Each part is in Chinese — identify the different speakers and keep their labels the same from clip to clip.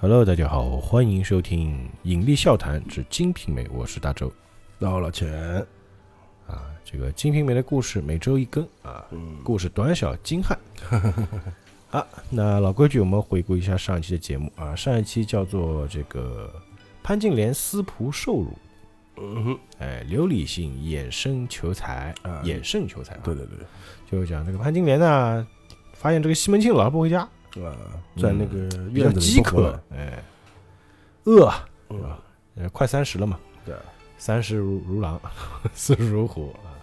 Speaker 1: Hello，大家好，欢迎收听《引力笑谈之金瓶梅》，我是大周
Speaker 2: 到了钱，
Speaker 1: 啊。这个《金瓶梅》的故事每周一更啊，
Speaker 2: 嗯，
Speaker 1: 故事短小精 悍。啊，那老规矩，我们回顾一下上一期的节目啊，上一期叫做这个潘金莲私仆受辱，
Speaker 2: 嗯哼，
Speaker 1: 哎，刘理性衍生求财，
Speaker 2: 啊
Speaker 1: 衍生求财、啊，
Speaker 2: 对对对，
Speaker 1: 就是讲这个潘金莲呢，发现这个西门庆老是不回家，
Speaker 2: 啊，
Speaker 1: 嗯
Speaker 2: 在那个
Speaker 1: 比较
Speaker 2: 院子里
Speaker 1: 饥
Speaker 2: 不回
Speaker 1: 渴
Speaker 2: 来，，
Speaker 1: 哎，饿啊，
Speaker 2: 嗯
Speaker 1: 是吧？呃，快三十了嘛，
Speaker 2: 对，
Speaker 1: 三十如如狼， 四十如虎啊，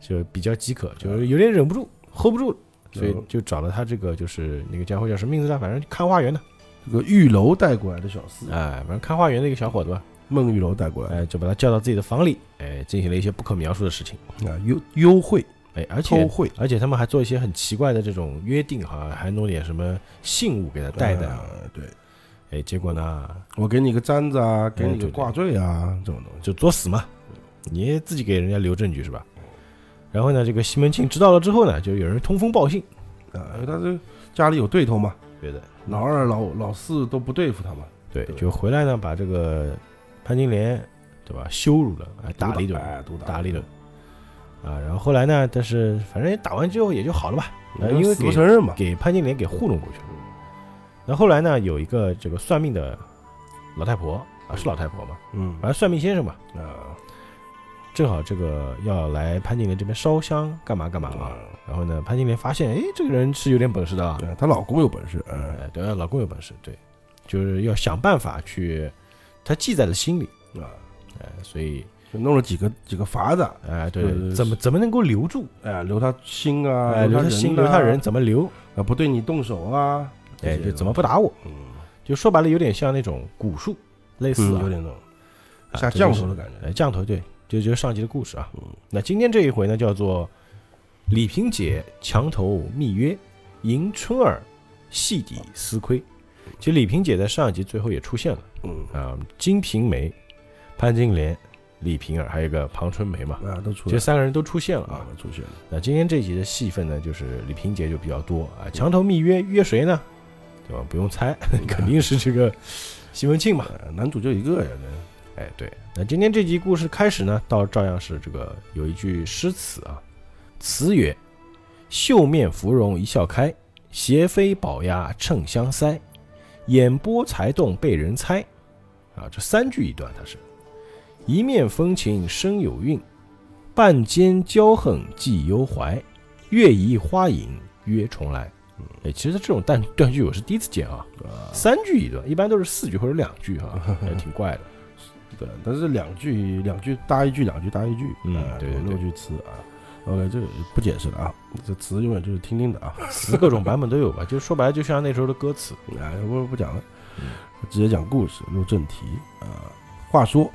Speaker 1: 就比较饥渴，就是有点忍不住，hold 不住了，所以
Speaker 2: 嗯
Speaker 1: 就找了他这个就是那个家伙叫什么名字呢？反正看花园的，
Speaker 2: 这个玉楼带过来的小厮，
Speaker 1: 哎，反正看花园的一个小伙子吧，
Speaker 2: 孟玉楼带过来
Speaker 1: 哎，就把他叫到自己的房里，哎，进行了一些不可描述的事情，
Speaker 2: 的啊，优优惠
Speaker 1: 哎，而
Speaker 2: 偷
Speaker 1: 且
Speaker 2: 会，
Speaker 1: 而且他们还做一些很奇怪的这种约定，好像还弄点什么信物给他带的，
Speaker 2: 啊，对
Speaker 1: 哎，结果呢
Speaker 2: 我给你个簪子啊，给你
Speaker 1: 哎对
Speaker 2: 个
Speaker 1: 对
Speaker 2: 挂坠啊，这种东西，
Speaker 1: 就作死嘛，你自己给人家留证据是吧？然后呢，这个西门庆知道了之后呢，就有人通风报信，
Speaker 2: 啊，因为他这家里有对头嘛，
Speaker 1: 对的。
Speaker 2: 老二老老四都不对付他嘛，
Speaker 1: 对，
Speaker 2: 对
Speaker 1: 就回来呢，把这个潘金莲，对吧？羞辱了，哎，打了一顿，
Speaker 2: 哎，毒打
Speaker 1: 打了一顿，啊，然后后来呢，但是反正也打完之后也就好了吧，哎因为
Speaker 2: 死不承认嘛，
Speaker 1: 给潘金莲给糊弄过去了。那后来呢，有一个这个算命的老太婆啊，是老太婆嘛，
Speaker 2: 嗯
Speaker 1: 反正算命先生嘛，
Speaker 2: 啊
Speaker 1: 正好这个要来潘金莲这边烧香干嘛干嘛嘛。
Speaker 2: 啊，
Speaker 1: 然后呢，潘金莲发现，哎，这个人是有点本事的啊，
Speaker 2: 对，她嗯哎老公有本事，嗯
Speaker 1: 哎，对，老公有本事，对，就是要想办法去，他记在了心里，
Speaker 2: 啊，
Speaker 1: 哎，所以
Speaker 2: 就弄了几个几个法子，
Speaker 1: 哎，对
Speaker 2: 对，对
Speaker 1: 怎么怎么能够留住？
Speaker 2: 哎，留他心啊，
Speaker 1: 哎，留他
Speaker 2: 人
Speaker 1: 心，
Speaker 2: 啊
Speaker 1: 留他人，怎么留？
Speaker 2: 啊，不对你动手啊，
Speaker 1: 哎，
Speaker 2: 这
Speaker 1: 就
Speaker 2: 些
Speaker 1: 怎么不打我？
Speaker 2: 嗯，
Speaker 1: 就说白了，有点像那种蛊术，类似
Speaker 2: 嗯
Speaker 1: 啊
Speaker 2: 有点那种
Speaker 1: 啊
Speaker 2: 下
Speaker 1: 这
Speaker 2: 降
Speaker 1: 就是
Speaker 2: 头的感觉，
Speaker 1: 哎，降头对，就就是上集的故事啊
Speaker 2: 嗯。
Speaker 1: 那今天这一回呢，叫做李萍姐墙头密约，迎春儿戏底私窥。其实李萍姐在上一集最后也出现了
Speaker 2: 嗯
Speaker 1: 啊，金瓶梅、潘金莲、李萍儿，还有一个庞春梅嘛，
Speaker 2: 啊都出
Speaker 1: 这
Speaker 2: 来
Speaker 1: 三个人都出现了
Speaker 2: 了
Speaker 1: 啊
Speaker 2: 啊。，出现了，
Speaker 1: 那今天这一集的戏份呢，就是李萍姐就比较多啊。
Speaker 2: 嗯
Speaker 1: 墙头密约约谁呢？对吧？不用猜， 肯定是这个西门庆嘛。
Speaker 2: 哎男主就一个呀，这
Speaker 1: 哎，对。那今天这集故事开始呢，倒照样是这个有一句诗词啊，词曰：“绣面芙蓉一笑开，斜飞宝鸭衬香腮，眼波才动被人猜。”啊，这三句一段，它是一面风情生有韵，半间骄横寄幽怀，月移花影约重来。哎，其实这种断断句我是第一次见啊，
Speaker 2: 啊，
Speaker 1: 三句一段，一般都是四句或者两句啊，还挺怪的。
Speaker 2: 对，但是两句两句搭一句，两句搭一句，
Speaker 1: 嗯
Speaker 2: 哎
Speaker 1: 对对
Speaker 2: 有
Speaker 1: 对
Speaker 2: 六句词啊。OK，这个不解释了啊，这词永远就是听听的 啊，
Speaker 1: 词各种版本都有吧，就是说白了，就像那时候的歌词。
Speaker 2: 哎，我不讲了，
Speaker 1: 嗯
Speaker 2: 直接讲故事，入正题啊、话说，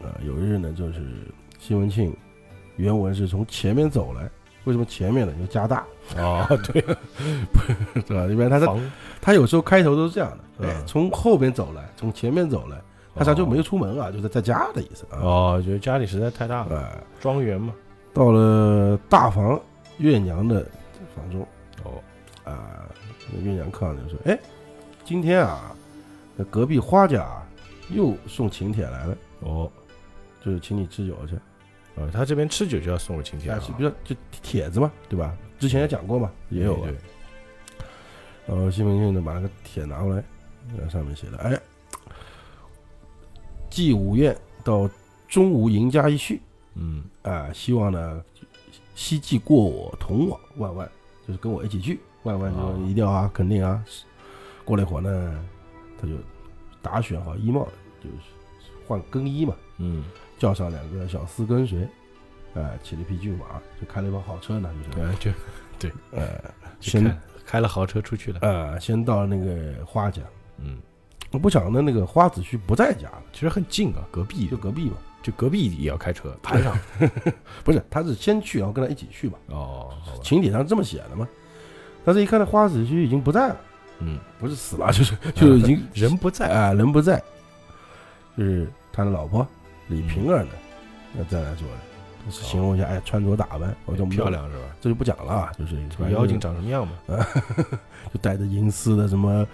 Speaker 2: 呃，有一日呢，就是西门庆，原文是从前面走来，为什么前面呢？就 加大，
Speaker 1: 哦，对，
Speaker 2: 对吧？因为他的
Speaker 1: 防
Speaker 2: 他有时候开头都是这样的，哎
Speaker 1: 嗯，
Speaker 2: 从后边走来，从前面走来，他啥就没有出门啊，就是在家的意思啊。
Speaker 1: 哦，就是家里实在太大了，
Speaker 2: 哎，
Speaker 1: 庄园嘛。
Speaker 2: 到了大房月娘的房中
Speaker 1: 哦，
Speaker 2: 啊，那月娘看了就说：“哎，今天啊，那隔壁花家啊又送请帖来了，
Speaker 1: 哦，
Speaker 2: 就是请你吃酒去。
Speaker 1: 呃，他这边吃酒就要送我请帖
Speaker 2: 啊
Speaker 1: 啊，，
Speaker 2: 比较就帖子嘛，对吧？之前也讲过嘛，也有啊
Speaker 1: 对。对
Speaker 2: 然后西门庆呢，把那个帖拿过来，那上面写的：“哎，继午宴到中午赢家一叙
Speaker 1: 嗯，
Speaker 2: 啊，希望呢希冀过我同往，万万就是跟我一起去，万万
Speaker 1: 哦
Speaker 2: 就一定要啊，肯定啊。”过了一会儿呢，他就打选好衣帽，就是换更衣嘛，
Speaker 1: 嗯，
Speaker 2: 叫上两个小厮跟随，啊，骑了匹骏马，就开了一辆好车呢，就是
Speaker 1: 对，啊 就
Speaker 2: 呃，
Speaker 1: 就
Speaker 2: 先
Speaker 1: 开开了豪车出 去了。
Speaker 2: 呃，先到那个花家。
Speaker 1: 嗯，
Speaker 2: 我不想呢，那个花子旭不在家了，
Speaker 1: 其实很近啊，隔壁
Speaker 2: 就隔壁嘛。
Speaker 1: 就隔壁也要开 车，爬上。
Speaker 2: 不是，他是先去，然后跟他一起去嘛。
Speaker 1: 哦，好吧，
Speaker 2: 请帖上这么写的嘛。但是一看那花子旭已经不在了，
Speaker 1: 嗯，
Speaker 2: 不是死了， 就是就是已经
Speaker 1: 人不在，
Speaker 2: 啊、人不在，就是他的老婆李瓶儿呢，那再来说了，就是形容一下，哎，穿着打扮，我就
Speaker 1: 哦哎漂，亮是嗯吧？
Speaker 2: 这就不讲了啊，就是
Speaker 1: 这个妖精长什么样嘛？
Speaker 2: 就带着银丝的什么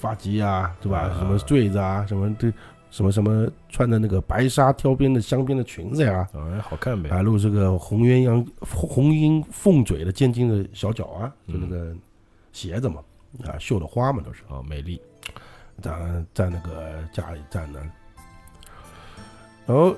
Speaker 2: 发髻啊，对吧？
Speaker 1: 啊
Speaker 2: 什么坠子啊，什么这什么什么穿的那个白纱挑边的镶边的裙子呀、
Speaker 1: 哎，好看呗。
Speaker 2: 啊，露这个红鸳鸯红缨凤嘴的尖尖的小脚啊，就
Speaker 1: 嗯
Speaker 2: 那个鞋子嘛，啊，绣的花嘛都是。
Speaker 1: 啊，美丽，
Speaker 2: 站在那个家里站着，然后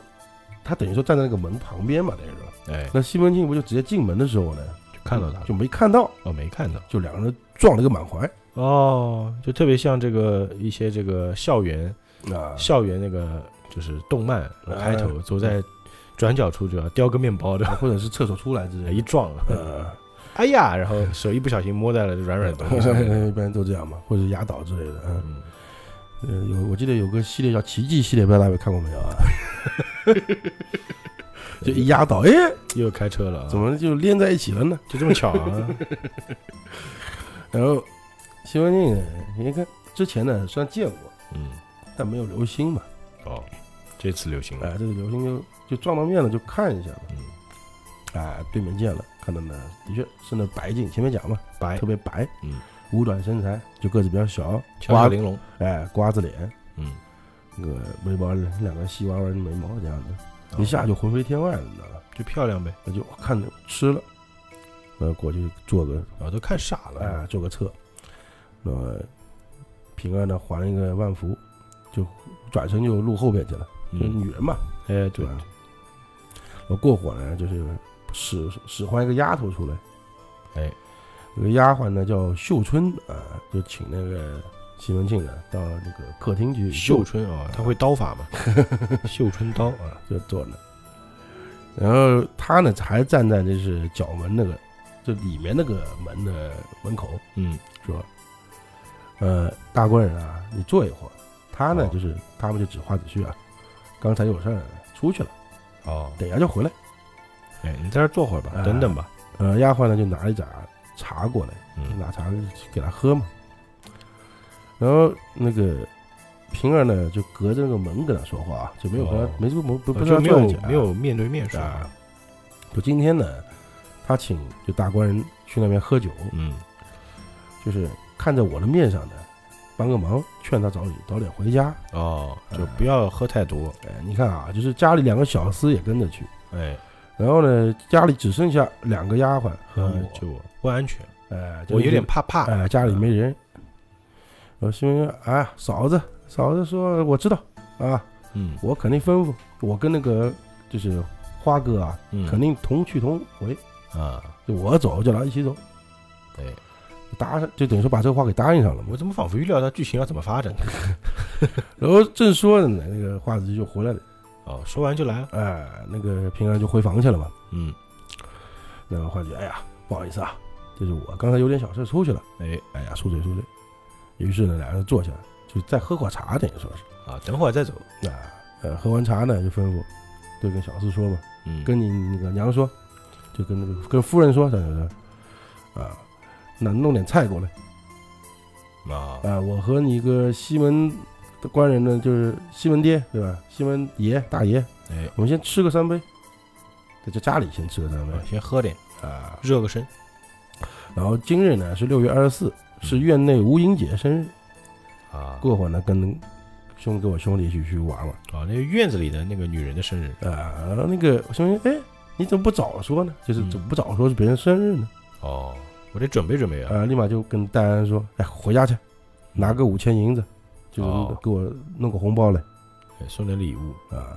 Speaker 2: 他等于说站在那个门旁边嘛，等于说，
Speaker 1: 哎，
Speaker 2: 那西门庆不就直接进门的时候呢，
Speaker 1: 就看到他了，
Speaker 2: 就没看到，
Speaker 1: 哦，没看到，
Speaker 2: 就两个人撞了个满怀
Speaker 1: 哦，就特别像这个一些这个校园
Speaker 2: 啊，
Speaker 1: 校园那个就是动漫
Speaker 2: 哎
Speaker 1: 开头走在转角处就要叼个面包的，
Speaker 2: 或者是厕所出来之类
Speaker 1: 一
Speaker 2: 的，
Speaker 1: 撞，
Speaker 2: 呃，
Speaker 1: 哎呀，然后手一不小心摸在了软软
Speaker 2: 哎
Speaker 1: 的东西上面。
Speaker 2: 一般都这样嘛，或者压倒之类的，嗯，
Speaker 1: 嗯，
Speaker 2: 呃，有我记得有个系列叫奇迹系列，不知道大家有看过没有啊？就一压倒，哎，
Speaker 1: 又开车了啊，
Speaker 2: 怎么就连在一起了呢？
Speaker 1: 就这么巧啊？
Speaker 2: 然后西门庆呢，你看之前呢虽然见过，
Speaker 1: 嗯，
Speaker 2: 但没有留心嘛，
Speaker 1: 哦，这次流行
Speaker 2: 哎
Speaker 1: 了，，
Speaker 2: 这个刘星就就撞到面了，就看一下嘛。
Speaker 1: 嗯，
Speaker 2: 啊，对面见了，看到呢，的确是那白净，前面讲嘛，
Speaker 1: 白
Speaker 2: 特别白，
Speaker 1: 嗯，
Speaker 2: 五短身材，就个子比较小，
Speaker 1: 巧
Speaker 2: 瓜
Speaker 1: 小，玲珑，
Speaker 2: 哎，瓜子脸，
Speaker 1: 嗯，
Speaker 2: 那个眉毛两个细弯弯的眉毛这样子，一下
Speaker 1: 就
Speaker 2: 就魂飞天外了，你知道吧？
Speaker 1: 就漂亮呗，
Speaker 2: 那就看着吃了，呃，过去做个
Speaker 1: 啊，都看傻了，
Speaker 2: 啊，做个测，那么平安呢还了一个万福，就转身就路后边去了，就是
Speaker 1: 嗯，
Speaker 2: 女人嘛，
Speaker 1: 哎，
Speaker 2: 对啊
Speaker 1: 对，
Speaker 2: 吧？我过会儿呢，就是使使唤一个丫头出来，
Speaker 1: 哎，
Speaker 2: 有个丫鬟呢叫秀春啊，就请那个西门庆啊到那个客厅去
Speaker 1: 绣春啊，他会刀法 嘛，绣春刀啊，
Speaker 2: 就坐那。然后他呢还站在就是角门那个，就里面那个门的门口
Speaker 1: 嗯，
Speaker 2: 说：“呃，大官人啊，你坐一会儿。”他呢
Speaker 1: 哦
Speaker 2: 就是他们就指花子虚啊，刚才有事儿出去了，
Speaker 1: 哦，
Speaker 2: 等一下就回来。
Speaker 1: 哎，你在这儿坐会儿吧，
Speaker 2: 啊
Speaker 1: 等等吧，
Speaker 2: 呃，丫鬟呢就拿了一盏茶过来，就
Speaker 1: 嗯，
Speaker 2: 拿茶给他喝嘛。然后那个平儿呢，就隔着那个门跟他说话啊，就没有和他、
Speaker 1: 哦
Speaker 2: 没没不不
Speaker 1: 我
Speaker 2: 不
Speaker 1: 就
Speaker 2: 跟
Speaker 1: 没
Speaker 2: 他
Speaker 1: 有
Speaker 2: 坐一起啊
Speaker 1: 没有面对面说，
Speaker 2: 啊。就今天呢，他请就大官人去那边喝酒，
Speaker 1: 嗯，
Speaker 2: 就是看在我的面上呢，帮个忙，劝他早点早点回家。
Speaker 1: 哦，就不要喝太多，
Speaker 2: 哎，你看啊，就是家里两个小厮也跟着去，
Speaker 1: 哎，
Speaker 2: 然后呢，家里只剩下两个丫鬟和
Speaker 1: 嗯
Speaker 2: 我，
Speaker 1: 就不安全，
Speaker 2: 哎，就
Speaker 1: 我有点怕怕，
Speaker 2: 哎，家里没人。我西门庆，哎，嫂子，嫂子说我知道啊，
Speaker 1: 嗯
Speaker 2: 我肯定吩咐，我跟那个就是花哥啊，
Speaker 1: 嗯，
Speaker 2: 肯定同去同回，
Speaker 1: 啊，
Speaker 2: 就我走叫他一起走，
Speaker 1: 对，
Speaker 2: 答上就等于说把这个话给答应上了嘛
Speaker 1: 我。怎么仿佛预料到剧情要怎么发展 呢？
Speaker 2: 然后正说着呢，那个花子就回来了，
Speaker 1: 哦，说完就来了，
Speaker 2: 哎，那个平安就回房去了嘛。
Speaker 1: 嗯，
Speaker 2: 那个花子，哎呀，不好意思啊，就是我刚才有点小事出去了，
Speaker 1: 哎，
Speaker 2: 哎呀，恕罪恕罪。于是呢，俩人就坐下，就再喝会儿茶，等于说是。
Speaker 1: 啊，等会儿再走，
Speaker 2: 那呃，喝完茶呢，就吩咐，就跟小四说嘛，
Speaker 1: 嗯，
Speaker 2: 跟你那个娘说，就跟那个跟夫人说，他就说，啊，那弄点菜过来
Speaker 1: 啊，
Speaker 2: 啊，我和你个西门的官人呢，就是西门爹对吧？西门爷大爷，
Speaker 1: 哎，
Speaker 2: 我们先吃个三杯，在这家里先吃个三
Speaker 1: 啊
Speaker 2: 杯
Speaker 1: 先喝点，
Speaker 2: 啊。
Speaker 1: 热个身，
Speaker 2: 然后今日呢是六月二十四，是
Speaker 1: 嗯
Speaker 2: 院内吴英姐生日，
Speaker 1: 啊，
Speaker 2: 过会儿呢跟兄跟我兄弟一起去玩玩。
Speaker 1: 啊，那个院子里的那个女人的生日，
Speaker 2: 啊，然后那个我兄弟，哎，你怎么不早说呢？就是
Speaker 1: 嗯
Speaker 2: 怎么不早说是别人生日呢？
Speaker 1: 哦，我得准备准备啊，
Speaker 2: 啊，立马就跟戴安说，哎，回家去，拿个五千银子，就是
Speaker 1: 哦
Speaker 2: 给我弄个红包来
Speaker 1: 哎送点礼物，
Speaker 2: 啊。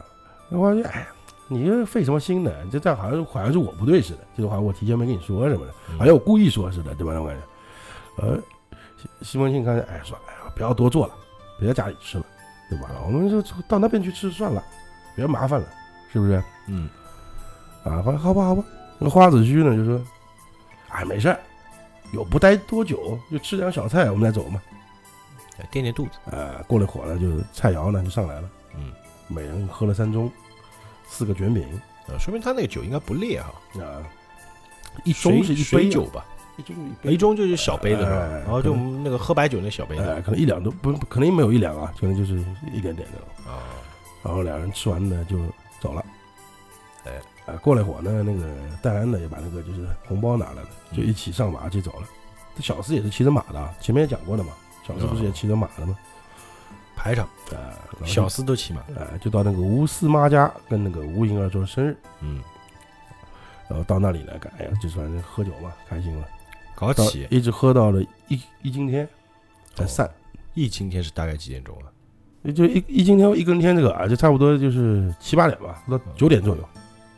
Speaker 2: 然后我就哎，你这费什么心呢？你这这样好像好像是我不对似的，就是好像我提前没跟你说什么的，
Speaker 1: 嗯
Speaker 2: 好像我故意说似的，对吧？我感觉，呃，西西门庆看见，哎，说，哎呀，不要多做了，别在家里吃了，对吧？我们就到那边去吃算了，别麻烦了，是不是？
Speaker 1: 嗯，
Speaker 2: 啊，好好吧，好吧。那花子虚呢就说：“哎，没事儿，有不待多久，就吃点小菜，我们再走嘛。
Speaker 1: 哎垫垫肚子，”
Speaker 2: 啊，过了一会儿呢，就是菜肴呢就上来了，
Speaker 1: 嗯，
Speaker 2: 每人喝了三盅，四个卷饼
Speaker 1: 啊，说明他那个酒应该不烈哈，
Speaker 2: 啊，一
Speaker 1: 水
Speaker 2: 盅是一
Speaker 1: 水
Speaker 2: 杯
Speaker 1: 酒，吧，
Speaker 2: 一盅是一
Speaker 1: 一
Speaker 2: 杯，
Speaker 1: 盅就是小杯子是吧
Speaker 2: 哎
Speaker 1: 然后就那个喝白酒那小杯子
Speaker 2: 哎，可能一两都不，可能没有一两啊，可能就是一点点的。
Speaker 1: 啊，
Speaker 2: 然后两人吃完呢就走了。
Speaker 1: 哎，
Speaker 2: 啊，过了一会儿呢，那个戴安呢也把那个嗯就是红包拿来了，就一起上马就走了。这小厮也是骑着马的啊，前面也讲过的嘛。小时候不是也骑着马了吗？
Speaker 1: 排场，
Speaker 2: 啊，然后就
Speaker 1: 小厮都骑马，
Speaker 2: 啊，就到那个吴四妈家跟那个吴银儿说生日，
Speaker 1: 嗯，
Speaker 2: 然后到那里来干，哎呀，就反正喝酒嘛，开心嘛，
Speaker 1: 搞
Speaker 2: 到
Speaker 1: 起。
Speaker 2: 一直喝到了一一更天才
Speaker 1: 哦
Speaker 2: 散，
Speaker 1: 疫情天是大概几点钟啊？
Speaker 2: 也就一一更天一更天这个啊，就差不多就是七八点吧，到九点左右，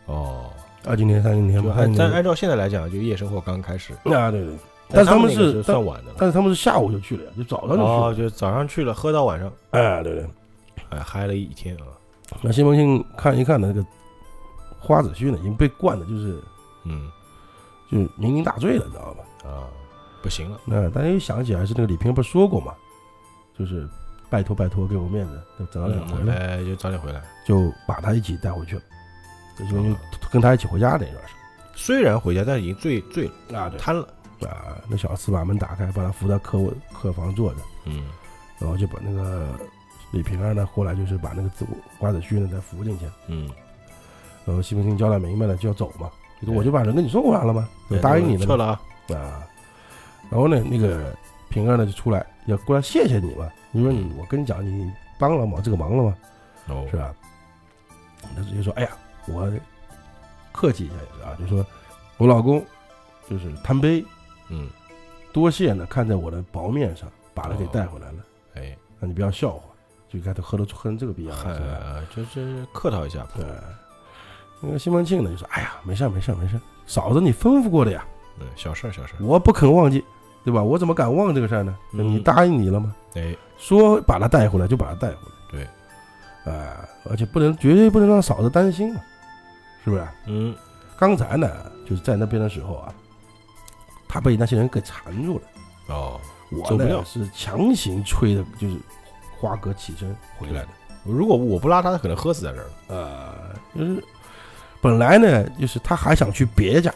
Speaker 1: 哦，
Speaker 2: 二更天三更天
Speaker 1: 嗯就
Speaker 2: 吧，
Speaker 1: 按
Speaker 2: 三
Speaker 1: 但
Speaker 2: 更天
Speaker 1: 按照现在哎来讲，就夜生活刚开始，
Speaker 2: 啊，对对，但是他们
Speaker 1: 那个
Speaker 2: 是但
Speaker 1: 算晚的了。
Speaker 2: 但是他们是下午就去了呀，就早上就去了，
Speaker 1: 哦，就早上去了，喝到晚上，
Speaker 2: 哎，对对，
Speaker 1: 哎，嗨了一天啊。
Speaker 2: 那西门庆看一看呢，那个花子虚呢，已经被灌的就是
Speaker 1: 嗯
Speaker 2: 就酩酊大醉了，你知道吧？
Speaker 1: 啊，不行了，
Speaker 2: 那大家又想起还是那个李平不是说过嘛，就是拜托拜托给我面子，就早点回来，
Speaker 1: 哎，就早点回来。啊
Speaker 2: 就把他一起带回去了，就西门
Speaker 1: 哦
Speaker 2: 庆跟他一起回家那段是
Speaker 1: 虽然回家，但已经醉醉了，
Speaker 2: 啊
Speaker 1: 瘫了。
Speaker 2: 对啊，那小厮把门打开，把他扶到客卧客房坐着，
Speaker 1: 嗯，
Speaker 2: 然后就把那个李平儿呢，后来就是把那个子瓜子虚呢再扶进去，
Speaker 1: 嗯，
Speaker 2: 然后西门庆交代明白了就要走嘛，就说
Speaker 1: 对
Speaker 2: 我就把人跟你送过来了嘛，就答应你了嘛
Speaker 1: 撤了啊。
Speaker 2: 啊，然后呢，那个平儿呢就出来要过来谢谢你嘛，你说你我跟你讲，你帮了忙这个忙了嘛，
Speaker 1: 哦
Speaker 2: 是吧？他直接说，哎呀，我客气一下也是啊，就说我老公就是贪杯
Speaker 1: 嗯，
Speaker 2: 多谢呢，看在我的薄面上，把他
Speaker 1: 哦
Speaker 2: 给带回来了，
Speaker 1: 哎，
Speaker 2: 那你不要笑话，就看他喝的喝成这个逼样
Speaker 1: 嗨
Speaker 2: 嗯了，是吧？
Speaker 1: 呃就是客套一下吧。
Speaker 2: 对。那个西门庆呢，就说：“哎呀，没事儿没事儿没事儿，嫂子你吩咐过的呀，
Speaker 1: 嗯，小事儿，小事儿。
Speaker 2: 我不肯忘记，对吧？我怎么敢忘这个事儿呢？
Speaker 1: 嗯
Speaker 2: 你答应你了吗？
Speaker 1: 哎，
Speaker 2: 说把他带回来就把他带回来。
Speaker 1: 对，
Speaker 2: 啊、而且不能绝对不能让嫂子担心嘛，是啊不是？
Speaker 1: 嗯，
Speaker 2: 刚才呢，就是在那边的时候啊，他被那些人给缠住了，
Speaker 1: 哦，
Speaker 2: 我
Speaker 1: 走不
Speaker 2: 呢
Speaker 1: 了
Speaker 2: 是强行催的，就是花哥起身回来的。
Speaker 1: 如果我不拉他，他可能喝死在这儿了。
Speaker 2: 呃，就是本来呢，就是他还想去别家，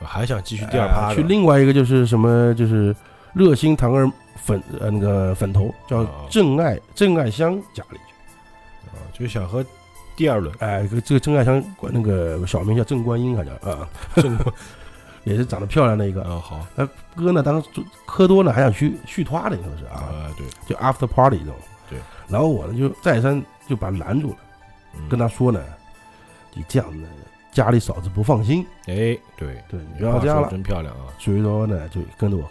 Speaker 1: 我还想继续第二趴
Speaker 2: 呃
Speaker 1: 的。
Speaker 2: 去另外一个就是什么，就是热心堂儿粉呃那个粉头叫
Speaker 1: 哦
Speaker 2: 郑爱郑爱香家里去。。
Speaker 1: 啊就想喝第二轮
Speaker 2: 哎，这个这个郑爱香管那个小名叫郑观音，好像啊，
Speaker 1: 正规
Speaker 2: 也是长得漂亮的一个。
Speaker 1: 啊，好，
Speaker 2: 哥呢，当时喝多了还想去续拖的，你说是啊，
Speaker 1: 啊，对，
Speaker 2: 就 after party 这种。
Speaker 1: 对。
Speaker 2: 然后我呢就再三就把他拦住了，
Speaker 1: 嗯
Speaker 2: 跟他说呢，你这样呢，家里嫂子不放心，
Speaker 1: 哎，对，
Speaker 2: 对，你
Speaker 1: 你
Speaker 2: 不要这样了。
Speaker 1: 真漂亮啊！
Speaker 2: 所以说呢，就跟着我，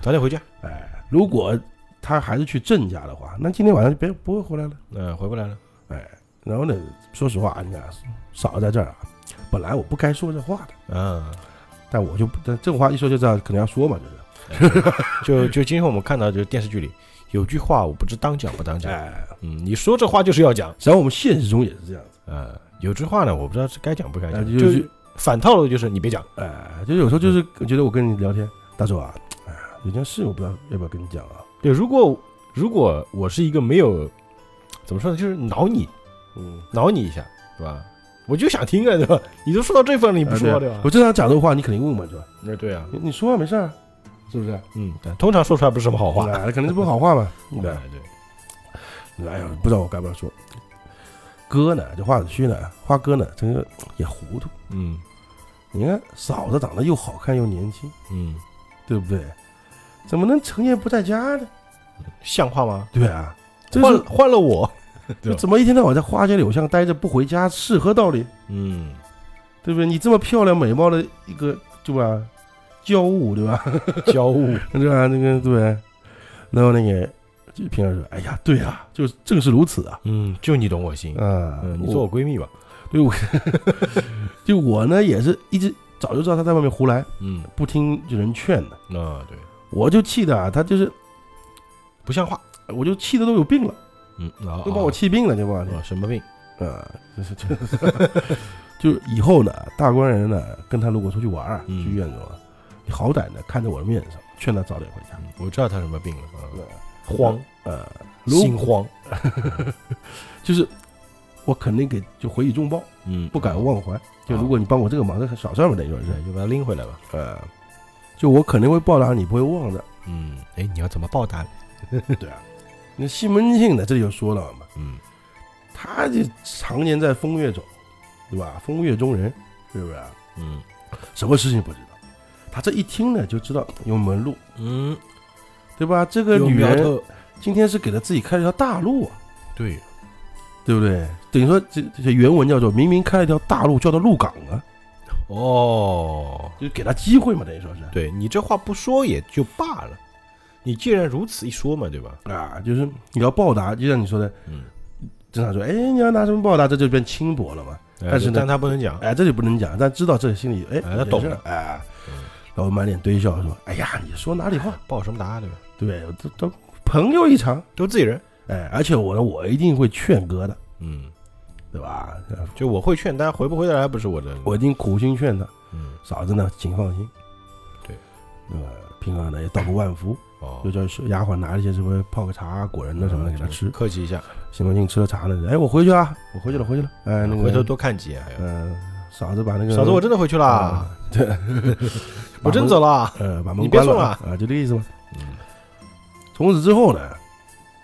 Speaker 1: 早点回家，
Speaker 2: 哎，如果他还是去郑家的话，那今天晚上就别不会回来了。
Speaker 1: 嗯，回不来了。
Speaker 2: 然后呢，说实话，你看嫂子在这儿啊，本来我不该说这话的。
Speaker 1: 嗯，
Speaker 2: 但我就不，但这话一说就知道肯定要说嘛，就是，
Speaker 1: 就就今天我们看到就是电视剧里有句话，我不知当讲不当讲。
Speaker 2: 哎，
Speaker 1: 嗯，你说这话就是要讲。
Speaker 2: 然后我们现实中也是这样子，
Speaker 1: 呃，有句话呢，我不知道是该讲不该
Speaker 2: 哎，
Speaker 1: 讲，
Speaker 2: 就，
Speaker 1: 就是反套路就是你别讲。
Speaker 2: 哎，就有时候就是觉得我跟你聊天，大周啊，哎，有件事我不知道要不要跟你讲啊，
Speaker 1: 对，如果如果我是一个没有怎么说呢，就是挠你
Speaker 2: 嗯，
Speaker 1: 挠你一下，对吧？我就想听啊， 对吧？你都说到这份了，你
Speaker 2: 你
Speaker 1: 不说，啊对吧
Speaker 2: 我？正常讲这个话，你肯定问嘛，对吧？
Speaker 1: 那对啊，
Speaker 2: 你你说啊，没事儿，是不是？
Speaker 1: 嗯，但通常说出来不是什么好话。
Speaker 2: 哎，肯定是不好话嘛，对
Speaker 1: 哎，对，
Speaker 2: 哎呀，不知道我该不该说。哥呢，这花子虚呢，花哥呢，这个也糊涂。
Speaker 1: 嗯
Speaker 2: 你看嫂子长得又好看又年轻，
Speaker 1: 嗯，
Speaker 2: 对不对？怎么能成夜不在家呢？
Speaker 1: 像话吗？
Speaker 2: 对啊，这是
Speaker 1: 换换了我，对
Speaker 2: 就
Speaker 1: 吧
Speaker 2: 怎么一天到晚在花街柳巷待着不回家是何道理？
Speaker 1: 嗯，
Speaker 2: 对不对？你这么漂亮美貌的一个，对吧？娇物，对吧？
Speaker 1: 交恶，
Speaker 2: 对吧？那个对不对，然后那个就平儿说：“哎呀，对啊，就正是如此啊。
Speaker 1: 嗯，就你懂我心”，
Speaker 2: 啊，
Speaker 1: 嗯，你做
Speaker 2: 我
Speaker 1: 我闺蜜吧，
Speaker 2: 对我，就我呢也是一直早就知道他在外面胡来，
Speaker 1: 嗯，
Speaker 2: 不听人劝的，
Speaker 1: 那对，
Speaker 2: 我就气的啊，他就是，
Speaker 1: 不像话，
Speaker 2: 我就气的都有病了，
Speaker 1: 嗯，啊，
Speaker 2: 都把我气病了，对吧？
Speaker 1: 啊，什么病？
Speaker 2: 啊，就是 就是就是以后呢，大官人呢，跟他如果出去玩啊，
Speaker 1: 嗯
Speaker 2: 去院子玩，你好歹呢看在我的面上，劝他早点回家。
Speaker 1: 嗯我知道他什么病了，啊，
Speaker 2: 对
Speaker 1: 慌，
Speaker 2: 呃，如
Speaker 1: 心慌，
Speaker 2: 就是我肯定给就回以重报，
Speaker 1: 嗯，
Speaker 2: 不敢忘怀。就
Speaker 1: 啊
Speaker 2: 如果你帮我这个忙，这很小事儿嘛，等于说
Speaker 1: 对，
Speaker 2: 是，
Speaker 1: 就把他拎回来吧，
Speaker 2: 呃，就我肯定会报答你，不会忘的。
Speaker 1: 嗯，哎，你要怎么报答？
Speaker 2: 对啊，那西门庆呢，这里就说了嘛，
Speaker 1: 嗯，
Speaker 2: 他就常年在风月走，对吧？风月中人，是不是啊？
Speaker 1: 嗯
Speaker 2: 什么事情不知道？他这一听呢，就知道有门路。
Speaker 1: 嗯，
Speaker 2: 对吧？这个
Speaker 1: 有
Speaker 2: 女
Speaker 1: 苗
Speaker 2: 人
Speaker 1: 头，
Speaker 2: 今天是给了自己开了条大路啊，
Speaker 1: 对，
Speaker 2: 对不对？等于说这这原文叫做明明开了条大路，叫他入港啊，
Speaker 1: 哦，
Speaker 2: 就给他机会嘛，等于说是。
Speaker 1: 对你这话不说也就罢了，你既然如此一说嘛，对吧？
Speaker 2: 啊，就是你要报答，就像你说的，
Speaker 1: 嗯，
Speaker 2: 正常说，哎，你要拿什么报答，这就变轻薄了嘛。但是呢
Speaker 1: 嗯但他不能讲，
Speaker 2: 哎，这里不能讲，但知道这心里，哎，
Speaker 1: 哎他懂
Speaker 2: 也是
Speaker 1: 了
Speaker 2: 哎
Speaker 1: 嗯，
Speaker 2: 然后满脸堆笑说：“哎呀，你说哪里话？
Speaker 1: 报什么答对吧？
Speaker 2: 对，都都朋友一场，
Speaker 1: 都自己人，
Speaker 2: 哎，而且我呢，我一定会劝哥的，
Speaker 1: 嗯，
Speaker 2: 对吧？
Speaker 1: 就我会劝，但回不回得来不是我的，
Speaker 2: 我一定苦心劝他。
Speaker 1: 嗯，
Speaker 2: 嫂子呢，请放心，
Speaker 1: 对，
Speaker 2: 那么平儿呢也道过万福，
Speaker 1: 哦嗯
Speaker 2: 又，叫丫鬟拿了一些什么泡个茶啊、果仁的什么的给他吃。
Speaker 1: 客气一下，
Speaker 2: 西门庆吃了茶呢，哎，我回去啊，我回去了，回去了。哎，那个，
Speaker 1: 回头多看几眼，还有
Speaker 2: 嗯，嫂子把那个
Speaker 1: 嫂子，我真的回去啦，
Speaker 2: 啊，对，
Speaker 1: 我真走了，
Speaker 2: 呃，把门
Speaker 1: 你别
Speaker 2: 关
Speaker 1: 送
Speaker 2: 了啊，啊就这个意思嘛。
Speaker 1: 嗯，
Speaker 2: 从此之后呢，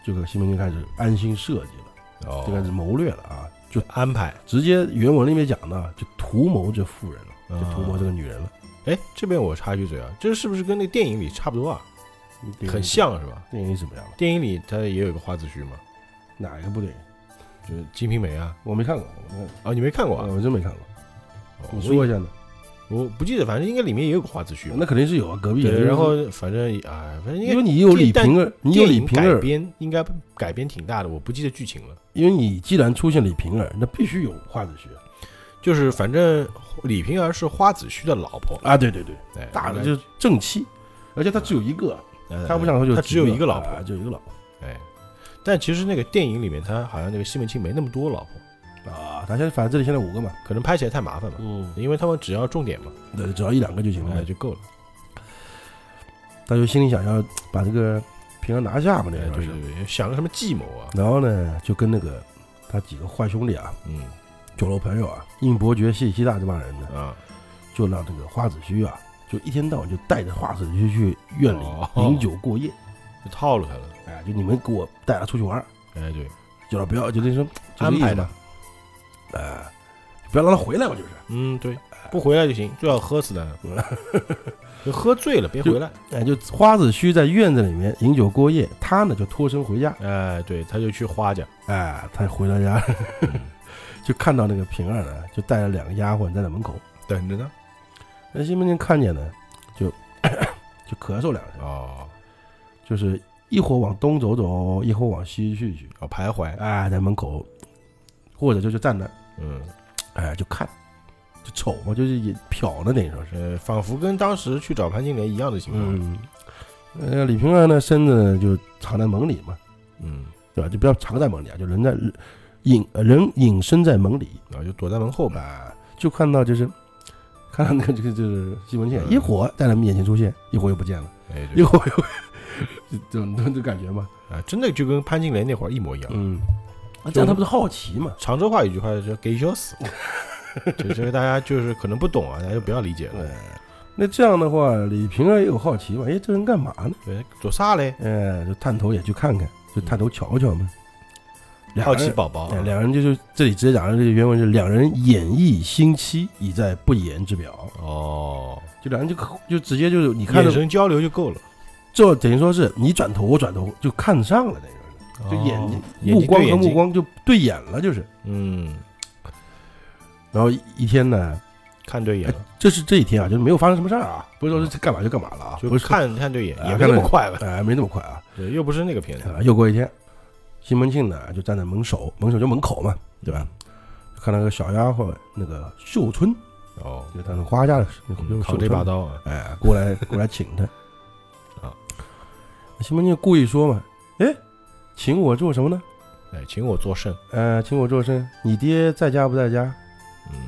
Speaker 2: 这个西门庆开始安心设计了，就开
Speaker 1: 哦，
Speaker 2: 始谋略了啊，就
Speaker 1: 安排，
Speaker 2: 直接原文里面讲呢，就图谋这妇人了，就
Speaker 1: 啊
Speaker 2: 图谋这个女人了，
Speaker 1: 哎，这边我插一句嘴啊，这是不是跟那电影里差不多啊？很。像是吧？
Speaker 2: 电影里怎么样了？
Speaker 1: 电影里它也有一个花子虚嘛，
Speaker 2: 哪一个部电影？
Speaker 1: 就是《金瓶梅》啊。
Speaker 2: 我没看过，我没看
Speaker 1: 啊，你没看过
Speaker 2: 过，
Speaker 1: 啊？
Speaker 2: 我真没看过。
Speaker 1: 哦
Speaker 2: 呃你说一下呢？
Speaker 1: 我我不记得，反正应该里面也有个花子虚嘛。
Speaker 2: 那肯定是有啊，隔壁
Speaker 1: 对，
Speaker 2: 也是
Speaker 1: 然后反正哎，反正应
Speaker 2: 因
Speaker 1: 该
Speaker 2: 为你有李
Speaker 1: 但
Speaker 2: 瓶儿，你有
Speaker 1: 电
Speaker 2: 李
Speaker 1: 影
Speaker 2: 瓶
Speaker 1: 改
Speaker 2: 儿，
Speaker 1: 编应该改编挺大的，我不记得剧情了。
Speaker 2: 因为你既然出现李瓶儿，那必须有化子虚
Speaker 1: 就是反正李瓶儿是花子虚的老婆，
Speaker 2: 啊！对对对，
Speaker 1: 哎，
Speaker 2: 大的
Speaker 1: 应
Speaker 2: 就是正气，而且他只有一个，
Speaker 1: 该哎
Speaker 2: 他不想说就
Speaker 1: 他只有
Speaker 2: 几
Speaker 1: 一个老婆，
Speaker 2: 啊只有一个老婆
Speaker 1: 哎。但其实那个电影里面，他好像那个西门庆没那么多老婆，
Speaker 2: 啊。他现在反正这里现在五个嘛，
Speaker 1: 可能拍起来太麻烦了，
Speaker 2: 嗯，
Speaker 1: 因为他们只要重点嘛，
Speaker 2: 对，只要一两个就行了
Speaker 1: 哎
Speaker 2: 嘛。
Speaker 1: 就够了。
Speaker 2: 他就心里想要把这个平儿拿下嘛，那
Speaker 1: 哎，
Speaker 2: 个
Speaker 1: 对
Speaker 2: 是。
Speaker 1: 对对，想个什么计谋啊？
Speaker 2: 然后呢，就跟那个他几个坏兄弟啊、
Speaker 1: 嗯
Speaker 2: 酒肉朋友啊、应伯爵、谢希大这帮人呢，
Speaker 1: 啊，
Speaker 2: 就让这个花子虚啊，就一天到晚就带着花子虚去院里
Speaker 1: 哦
Speaker 2: 饮酒过夜。
Speaker 1: 就套路他了。
Speaker 2: 哎，就你们给我带他出去玩儿，
Speaker 1: 哎，对，
Speaker 2: 就是不要，就那什么
Speaker 1: 安排的
Speaker 2: 嘛，哎、不要让他回来嘛，就是。
Speaker 1: 嗯，对，不回来就行，最好喝死他， 就喝醉了别回来。
Speaker 2: 哎，就花子虚在院子里面饮酒过夜，他呢就脱身回家。
Speaker 1: 哎，对，他就去花家，
Speaker 2: 哎，他回到家， 就看到那个平儿呢，就带着两个丫鬟站在门口。
Speaker 1: 等着呢。
Speaker 2: 那西门庆看见呢，就 就咳嗽两声，
Speaker 1: 哦，
Speaker 2: 就是一会儿往东走走，一会儿往西去去。
Speaker 1: 哦，徘徊，
Speaker 2: 哎，在门口，或者就是站那儿，
Speaker 1: 嗯，
Speaker 2: 哎，就看，就瞅嘛，就是也瞟呢，等于说是。
Speaker 1: 呃，仿佛跟当时去找潘金莲一样的情况。
Speaker 2: 嗯，呃，李瓶儿呢，身子呢就藏在门里嘛，
Speaker 1: 嗯，
Speaker 2: 对吧？就不要藏在门里啊，就人在隐呃人隐身在门里
Speaker 1: 然后就躲在门后吧。
Speaker 2: 啊，就看到就是看到那个这个就是西门庆
Speaker 1: 嗯
Speaker 2: 一会儿在他们眼前出现，一会儿又不见了，
Speaker 1: 哎，
Speaker 2: 一
Speaker 1: 对，
Speaker 2: 会儿又 就就就感觉嘛，
Speaker 1: 啊，真的就跟潘金莲那会儿一模一样。
Speaker 2: 嗯，啊
Speaker 1: 就
Speaker 2: 这样他不是好奇嘛？
Speaker 1: 常州话有句话叫“给小 死”，就这个大家就是可能不懂啊，大家就不要理解了。
Speaker 2: 那这样的话，李瓶儿也有好奇嘛，哎，这人干嘛呢？
Speaker 1: 对，做啥嘞？
Speaker 2: 哎，就探头也去看看，就探头瞧瞧嘛。两
Speaker 1: 好
Speaker 2: 人
Speaker 1: 奇宝宝啊
Speaker 2: 哎，两人就是这里直接讲的这个原文是两人演绎心期，已在不言之表。
Speaker 1: 哦，
Speaker 2: 就两人就就直接就是你看
Speaker 1: 眼
Speaker 2: 着，
Speaker 1: 神交流就够了，
Speaker 2: 就等于说是你转头我转头就看上了，等于说是就眼睛、
Speaker 1: 哦眼
Speaker 2: 目
Speaker 1: 睛对
Speaker 2: 光和
Speaker 1: 眼
Speaker 2: 目
Speaker 1: 睛，
Speaker 2: 光就对眼了，就是。
Speaker 1: 嗯，
Speaker 2: 然后一一天呢，
Speaker 1: 看对眼
Speaker 2: 哎
Speaker 1: 了，
Speaker 2: 这是这一天啊，就是没有发生什么事儿啊，不是说是干嘛就干嘛了啊，
Speaker 1: 就
Speaker 2: 不是
Speaker 1: 看看对眼，
Speaker 2: 啊
Speaker 1: 也没
Speaker 2: 看
Speaker 1: 那
Speaker 2: 对
Speaker 1: 么快吧？嗯
Speaker 2: 哎没那么快啊。
Speaker 1: 对，又不是那个片子。
Speaker 2: 啊，又过一天，西门庆呢就站在门首，门首就门口嘛，对吧？
Speaker 1: 嗯
Speaker 2: 就看到个小丫鬟那个秀春，
Speaker 1: 哦，
Speaker 2: 就是他们花家的那个
Speaker 1: 嗯
Speaker 2: 秀
Speaker 1: 扛
Speaker 2: 春
Speaker 1: 这把刀啊，
Speaker 2: 哎，过来过来请他
Speaker 1: 啊。
Speaker 2: 西门庆故意说嘛，哎，请我做什么呢？
Speaker 1: 哎，请我作甚？
Speaker 2: 呃，请我做甚？你爹在家不在家？
Speaker 1: 嗯，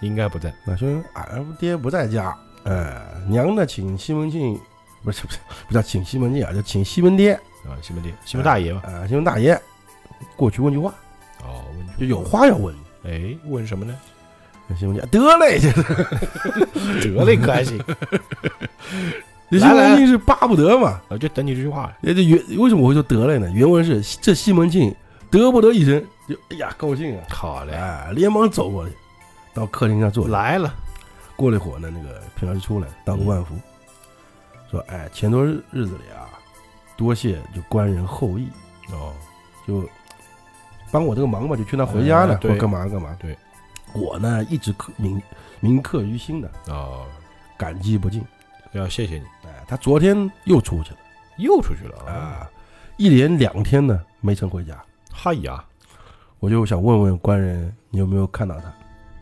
Speaker 1: 应该不在。
Speaker 2: 那说俺爹不在家，呃，娘呢请西门庆，不是不是不叫请西门庆啊，就请西门爹
Speaker 1: 啊，西门弟，西门大爷
Speaker 2: 啊、
Speaker 1: 吧。
Speaker 2: 呃西门大爷过去问句话，
Speaker 1: 哦，问
Speaker 2: 就
Speaker 1: 句
Speaker 2: 有话要问。
Speaker 1: 哎，问什么呢？
Speaker 2: 那西门庆得嘞， 这
Speaker 1: 得嘞，可还行
Speaker 2: 这西
Speaker 1: 来来
Speaker 2: 门庆是巴不得嘛。
Speaker 1: 啊，就等你这句话。
Speaker 2: 那这原为什么我会说得嘞呢？原文是这西门庆得不得一声，就哎呀高兴啊，
Speaker 1: 好嘞，
Speaker 2: 哎，连忙走过去，到客厅上坐下。
Speaker 1: 来了。
Speaker 2: 过
Speaker 1: 嗯
Speaker 2: 了一会儿呢，那个平儿就出来，道个万福，说：“哎，前段日日子里啊，多谢就官人厚意，
Speaker 1: 哦，
Speaker 2: 就帮我这个忙吧，就去那回家了，
Speaker 1: 哎对
Speaker 2: 或干嘛干嘛。
Speaker 1: 对，
Speaker 2: 我呢一直刻铭铭刻于心的，
Speaker 1: 哦，
Speaker 2: 感激不尽。
Speaker 1: 要谢谢你，
Speaker 2: 哎，他昨天又出去了
Speaker 1: 又出去了啊！
Speaker 2: 啊，一连两天呢没曾回家，
Speaker 1: 嗨呀，
Speaker 2: 我就想问问官人，你有没有看到他？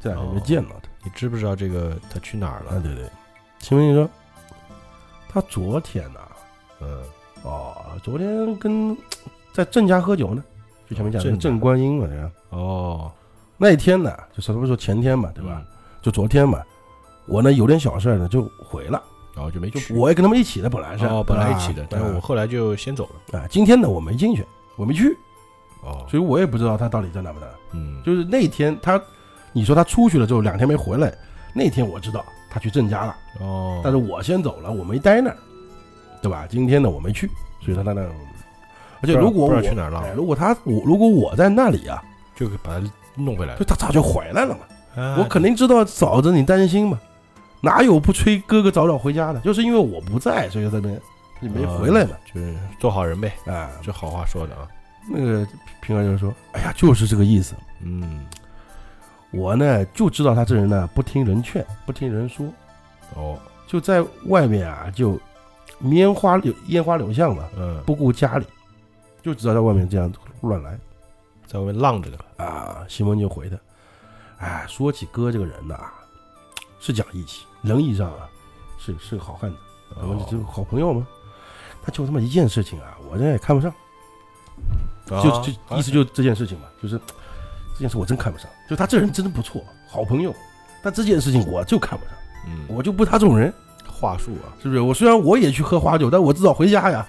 Speaker 2: 这两天没
Speaker 1: 哦
Speaker 2: 见到他。
Speaker 1: 你知不知道这个他去哪儿
Speaker 2: 啊，
Speaker 1: 了？
Speaker 2: 对对，秦雯说，他昨天呐、
Speaker 1: 嗯，
Speaker 2: 哦，昨天跟在郑家喝酒呢，就前面讲
Speaker 1: 哦郑
Speaker 2: 的
Speaker 1: 家
Speaker 2: 郑观音嘛，这样
Speaker 1: 哦，
Speaker 2: 那一天呢，就是他们说前天嘛，对
Speaker 1: 嗯
Speaker 2: 吧？？就昨天嘛，我呢有点小事儿呢，就回了，
Speaker 1: 然后嗯哦就没去
Speaker 2: 就。我也跟他们一起的，本来是
Speaker 1: 哦，本来一起
Speaker 2: 啊
Speaker 1: 的，但是我后来就先走了。
Speaker 2: 啊，今天呢我没进去，我没去，
Speaker 1: 哦，
Speaker 2: 所以我也不知道他到底在哪不在哪。
Speaker 1: 嗯，
Speaker 2: 就是那天他，你说他出去了之后两天没回来，那天我知道他去郑家了。
Speaker 1: 哦，
Speaker 2: 但是我先走了，我没待那儿，对吧？今天呢，我没去，所以他在那儿。而
Speaker 1: 不知
Speaker 2: 且
Speaker 1: 道
Speaker 2: 如果
Speaker 1: 不
Speaker 2: 我
Speaker 1: 知道去哪儿了，
Speaker 2: 哎
Speaker 1: 啊
Speaker 2: 如果他我如果我在那里啊，
Speaker 1: 就把他弄回来
Speaker 2: 就。他早就回来哎了嘛。
Speaker 1: 啊
Speaker 2: 我肯定知道嫂子你担心嘛，哪有不催哥哥早早回家的？就是因为我不在，所以这边你没回来嘛。
Speaker 1: 啊就是做好人呗，
Speaker 2: 啊，
Speaker 1: 这好话说的啊。
Speaker 2: 那个平儿就说：“哎呀，就是这个意思。
Speaker 1: 嗯，
Speaker 2: 我呢就知道他这人呢不听人劝，不听人说，
Speaker 1: 哦，
Speaker 2: 就在外面啊就拈花柳烟花柳巷嘛。”
Speaker 1: 嗯，
Speaker 2: 不顾家里，就知道在外面这样乱来
Speaker 1: 在外面浪着的。
Speaker 2: 啊。西蒙就回他，哎，说起哥这个人呐、是讲义气，仁义上啊，是是个好汉子，我们就
Speaker 1: 哦
Speaker 2: 好朋友嘛。他就他妈一件事情啊，我这也看不上，就
Speaker 1: 啊
Speaker 2: 就意思就这件事情嘛，就是这件事我真看不上，就他这人真的不错，好朋友，但这件事情我就看不上，
Speaker 1: 嗯，
Speaker 2: 我就不他这种人，
Speaker 1: 话术啊，
Speaker 2: 是不是？我虽然我也去喝花酒，但我至少回家呀。